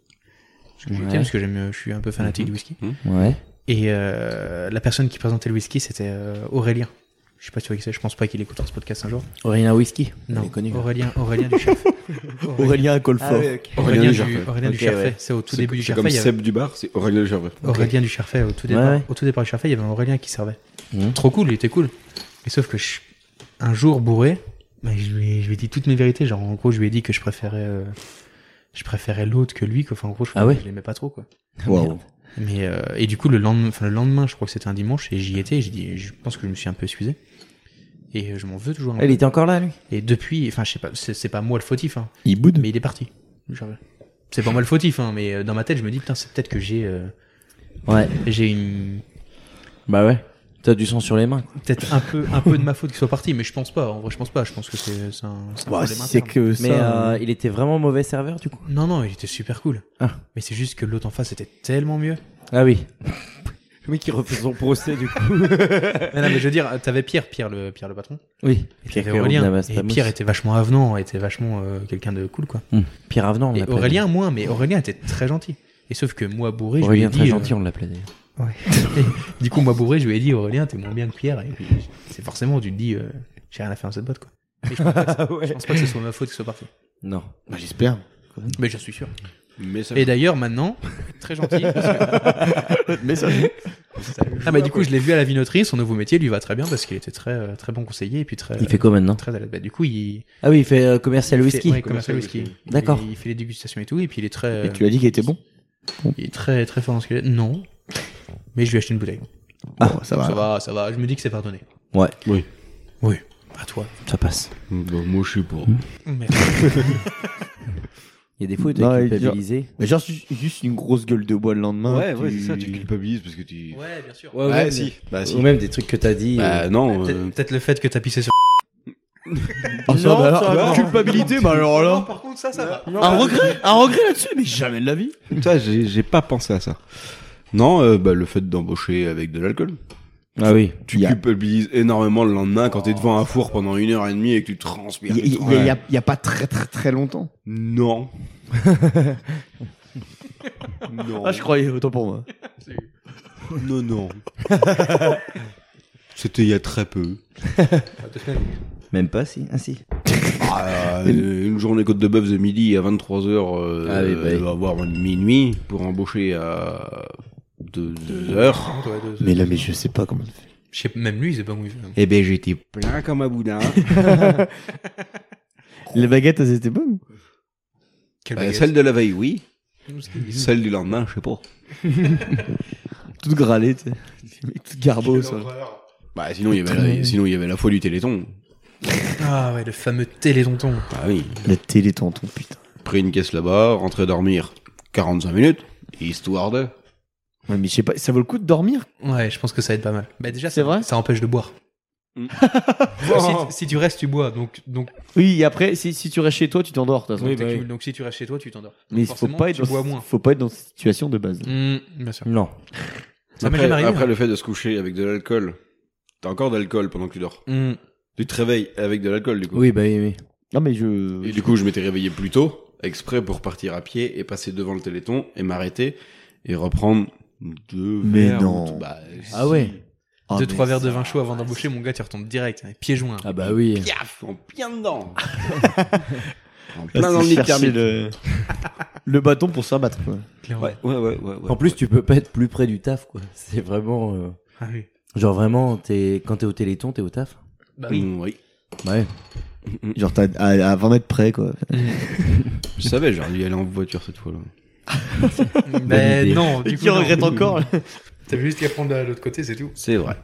Parce que, j'étais,
Ouais. Mhm.
parce que j'aime, je suis un peu fanatique du whisky.
Ouais.
Et euh, la personne qui présentait le whisky, c'était euh, Aurélien. Je sais pas si tu vois qui c'est, je pense pas qu'il écoutera ce podcast un jour.
Aurélien Whisky.
Non,
Il est connu.
Aurélien, Aurélien du chef.
Aurélien Colfort.
Aurélien,
Aurélien du
du,
Charfait.
Aurélien du
Ok,
Charfait,
ouais.
c'est au tout
C'est
début
comme-
du
C'est
Charfait.
comme
il y avait-
Seb du bar, c'est Aurélien Gervais.
Aurélien du Charfait, au tout départ,
ouais.
au tout départ du Charfait, il y avait Aurélien qui servait.
Mhm.
Trop cool, il était cool. Et sauf que je- un jour bourré, bah, je, lui ai, je lui ai dit toutes mes vérités. Genre, en gros, je lui ai dit que je préférais, euh, je préférais l'autre que lui. Quoi. Enfin, en gros, je,
Ah ouais
je l'aimais pas trop. Quoi.
Waouh.
Mais, euh, et du coup, le lendemain, enfin, le lendemain, je crois que c'était un dimanche, et j'y étais. Et j'ai dit, je pense que je me suis un peu excusé. Et euh, je m'en veux toujours. un
Ah, Il
peu.
était encore là lui.
Et depuis, enfin, je sais pas, c'est c'est pas moi le fautif. Hein.
Il boude.
Mais il est parti. Genre, C'est pas moi le fautif, hein, mais euh, dans ma tête, je me dis, putain, c'est peut-être que j'ai euh,
Ouais.
j'ai une...
Bah ouais. T'as du sang sur les mains. quoi.
peut-être un peu, un peu de ma faute qu'il soit parti, mais je pense pas. En vrai, je pense pas. Je pense que c'est c'est un, c'est un
Bah,
problème
c'est
interne.
que ça.
Mais euh, il était vraiment mauvais serveur du coup.
Non, non, il était super cool.
Ah.
Mais c'est juste que l'autre en face était tellement mieux.
Ah oui. Oui, qui refait son procès du coup.
Mais non, mais je veux dire, t'avais Pierre, Pierre le, Pierre le patron.
Oui. Pierre Ah
Et
bah,
t'avais
Cléron
Aurélien. Et
Damas-Tamus.
Pierre était vachement avenant, était vachement euh, quelqu'un de cool, quoi.
Hmm. Pierre Avenant. on
Et
l'appelle.
Aurélien, moins, mais Aurélien était très gentil. Et sauf que moi bourré,
Aurélien
je lui ai
très
dit. euh,
gentil, on l'appelait. d'ailleurs.
Ouais. Et du coup, moi bourré, je lui ai dit, Aurélien, t'es moins bien que Pierre. Et puis, c'est forcément, tu te dis, euh, j'ai rien à faire dans cette boîte, quoi. Mais je pense, pas que, je pense pas que ce soit ma faute qu'il soit parti.
Non.
Bah, J'espère.
Mais j'en suis sûr.
Mais ça
Et d'ailleurs, maintenant, très gentil.
Mais ça.
ah, mais du coup, je l'ai vu à la vinoterie. Son nouveau métier lui va très bien parce qu'il était très, euh, très bon conseiller et puis très.
Il fait quoi maintenant
Très à l'aise. Bah, du coup, il.
Ah oui, il fait euh, commercial
il
whisky.
fait- ouais, commercial whisky.
D'accord.
Il, il fait les dégustations et tout. Et puis, il est très.
Et tu as dit qu'il était bon.
Il est très, très fort dans ce qu'il est. Non. Mais je lui ai acheté une bouteille.
Ah, ça va.
Ça va, ça va. Je me dis que c'est pardonné.
Ouais.
Oui.
Oui. pas toi.
Ça passe.
Bon, moi, je suis pour.
Merde.
Bah, Il y a des fois où t'es
Non, et
culpabilisé.
Mais genre, ju- juste une grosse gueule de bois le lendemain.
Ouais,
tu-
ouais, c'est ça, tu culpabilises parce que tu.
Ouais, bien sûr.
Ouais,
Ouais,
ouais, mais-
si. Bah, si.
Ou même des trucs que t'as dit. euh,
Bah, non. euh,
Peut-être peut-être le fait que t'as pissé sur.
Ah, ça, bah, alors,
ça,
alors,
non.
culpabilité, bah alors là.
par contre, ça, ça va.
Un regret Un regret là-dessus Mais jamais de la vie.
Ça, j'ai j'ai pas pensé à ça. Non, euh, bah, le fait d'embaucher avec de l'alcool.
Ah oui.
Tu
Il y a-
culpabilises énormément le lendemain quand t'es devant un four pendant une heure et demie et que tu transpires.
Il y,
tu
a- il y a- il y a- il y a pas très très très longtemps.
transpires. Non. non.
Ah, je croyais, autant pour moi.
Non, non. C'était il y a très peu.
Même pas si. Ah si.
Ah, euh, une journée côte de bœuf de midi à 23h, euh,
Ah oui, bah oui.
doit avoir minuit pour embaucher à 2 heures.
Mais là, mais je sais pas comment.
Je sais- Même lui, il sait pas où il
Eh ben, j'étais plein comme un boudin.
Les baguettes, elles étaient bonnes.
Quelle
Euh,
baguette.
celle de la veille, oui. Celle du lendemain, je sais pas.
Toutes grâlées, tu sais. Toutes
Oh,
garbo, ça.
Bah, sinon, il y avait la, sinon, il y avait la foi du téléthon.
Ah ouais, le fameux télétonton.
Ah oui.
La télé tonton, putain.
Pris une caisse là-bas, rentré dormir 45 minutes, histoire de.
Ouais, mais je sais pas, ça vaut le coup de dormir
Ouais, je pense que ça aide pas mal. Bah déjà,
C'est
ça,
vrai
ça empêche de boire.
Mm.
si, si tu restes, tu bois. Donc, donc,
Oui, et après, si, si tu restes chez toi, tu t'endors, de toute façon.
donc, t'accumules. Donc, si tu restes chez toi, tu t'endors.
bah Mais faut
Forcément,
pas, être
tu bois
dans,
moins.
faut pas être dans cette situation de base.
Mm, bien sûr.
Non.
Ça m'est
après,
jamais arrivé.
hein.
après le fait de se coucher avec de l'alcool, t'as encore de l'alcool pendant que tu dors.
Mm.
Tu te réveilles avec de l'alcool, du coup.
Oui, bah oui, oui.
Non, mais je.
Et du coup, je m'étais réveillé plus tôt, exprès pour partir à pied et passer devant le téléthon et m'arrêter et reprendre deux
Mais
verres
non.
ou tout. Bah,
Ah ouais.
Ah,
Deux,
mais
trois verres de
ça-
vin chaud avant d'embaucher, mon gars, tu retombes direct. hein, Pieds joints.
Ah bah oui.
Piaf, en plein dedans. en
Ah,
plein dans le
c'est
nid de
chercher
termite.
le... le bâton pour s'abattre. quoi.
clairement.
Ouais, ouais, ouais, ouais, ouais.
En plus, tu peux pas être plus près du taf, quoi. C'est vraiment. euh,
Ah oui.
Genre vraiment, t'es... quand t'es au téléthon, t'es au taf.
Bah oui.
Mm, oui.
Ouais.
Genre, t'as à, à 20 mètres près, quoi.
Je savais, j'aurais dû aller en voiture cette fois-là.
Mais
idée.
Bah, non, du coup, non.
encore
T'avais juste qu'à prendre de l'autre côté, c'est tout.
C'est vrai.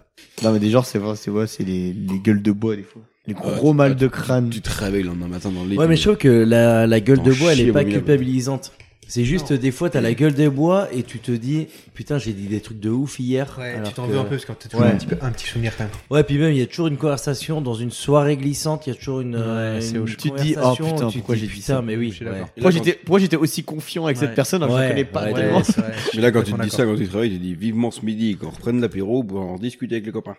Non, mais des genres, c'est vrai, c'est ouais, c'est les, les gueules de bois, des fois. Les gros mal de crâne.
Tu te réveilles le lendemain matin dans le lit.
Ouais, mais je trouve que la, la gueule de
T'en
bois, elle
chies
est pas
abominable.
culpabilisante. C'est juste des fois, t'as la gueule de bois et tu te dis, putain, j'ai dit des trucs de ouf hier.
Ouais,
alors
tu t'en
que-
veux un peu parce que t'as toujours
Ouais.
un, petit peu, un petit souvenir quand même.
Ouais, puis même, il y a toujours une conversation dans une soirée glissante, il y a toujours une. euh,
Ouais, c'est
une
au- Tu
te dis,
conversation
oh, putain,
où tu te
pourquoi
dis,
j'ai dit
putain,
ça
mais
Je
oui.
suis d'accord.
ouais.
Pourquoi
là, quand-
j'étais- Pourquoi j'étais aussi confiant avec
Ouais.
cette personne alors que je
Ouais,
la connais pas
ouais,
tellement
c'est vrai.
Mais là, quand tu te
Complètement
dis ça,
d'accord.
quand tu te réveilles, tu dis vivement ce midi, qu'on reprenne l'apéro pour en discuter avec les copains.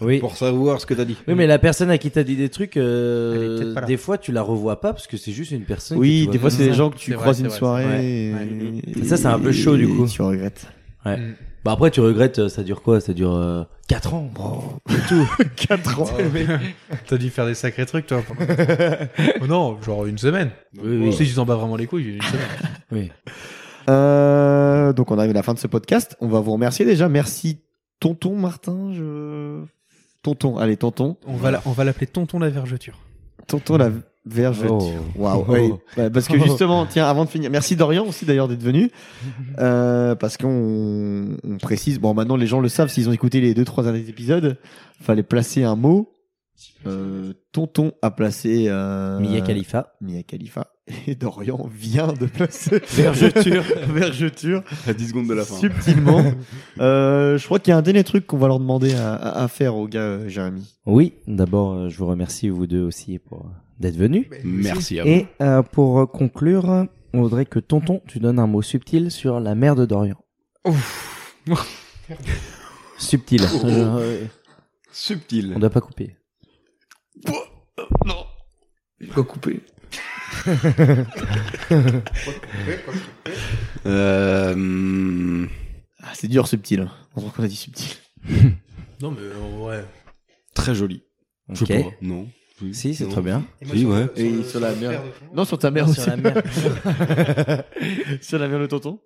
Oui.
Pour savoir ce que t'as dit.
Oui, mais la personne à qui t'as dit des trucs,
Elle est peut-être pas
euh,
là.
des fois, tu la revois pas parce que c'est juste une personne. que tu
Oui,
vois
des fois,
pas.
c'est des gens que tu
C'est vrai,
croises
c'est
une
vrai, c'est
soirée.
vrai.
et-
Ouais. Ça, c'est un peu chaud, du
et
coup.
Tu regrettes.
Mm.
Bah après, tu regrettes, euh, ça dure quoi Ça dure 4 ans.
T'as dû faire des sacrés trucs, toi. pendant- Oh non, genre une semaine.
Oui, oui.
Si tu t'en bats vraiment les couilles, une semaine.
Oui.
Euh, donc on arrive à la fin de ce podcast. On va vous remercier déjà. Merci Tonton Martin. Je... Tonton, allez Tonton.
On va la- on va l'appeler Tonton la Vergeture.
Tonton la verge.
Oh.
Waouh.
Oh.
ouais. Bah, parce que
Oh.
justement, tiens, avant de finir, merci Dorian aussi d'ailleurs d'être venu. Euh, parce qu'on on précise, bon maintenant les gens le savent s'ils ont écouté les deux trois derniers épisodes, fallait placer un mot. Euh, tonton a placé euh,
Mia Khalifa.
Mia Khalifa. Et Dorian vient de placer vergeture. vergeture.
À 10 secondes de la fin.
Subtilement. Euh, je crois qu'il y a un dernier truc qu'on va leur demander à, à- à faire au gars euh, Jérémy.
Oui, d'abord, euh, je vous remercie vous deux aussi pour euh, d'être venus.
Merci à vous.
Et euh, pour euh, conclure, euh, on voudrait que Tonton, tu donnes un mot subtil sur la mère de Dorian. subtil. Euh,
Subtil.
on doit pas couper.
Euh, hum,
Ah, c'est dur subtil. hein. On voit qu'on a dit subtil.
Non, mais euh, ouais.
très joli. Je
Ok.
sais pas. Non. Oui,
Si, c'est
non.
très bien.
moi,
Si, ouais.
Et sur la
le
merde.
père de-
Non, sur ta mère
Sur la mère.
sur la mère de tonton.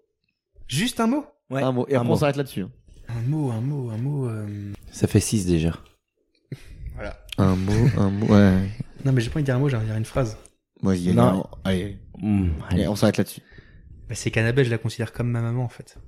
Juste un mot
Ouais,
un mot. Et
un
après,
mot.
on s'arrête là-dessus. hein.
Un mot, un mot, un mot. euh,
Ça fait 6 déjà.
Un mot, un mot. Ouais.
Non, mais j'ai pas envie de dire un mot, j'ai envie de dire une phrase.
Ouais, il y a-
Non.
Allez,
Mm, allez.
allez, on s'arrête là-dessus.
Bah, c'est qu'Annabelle, je la considère comme ma maman en fait.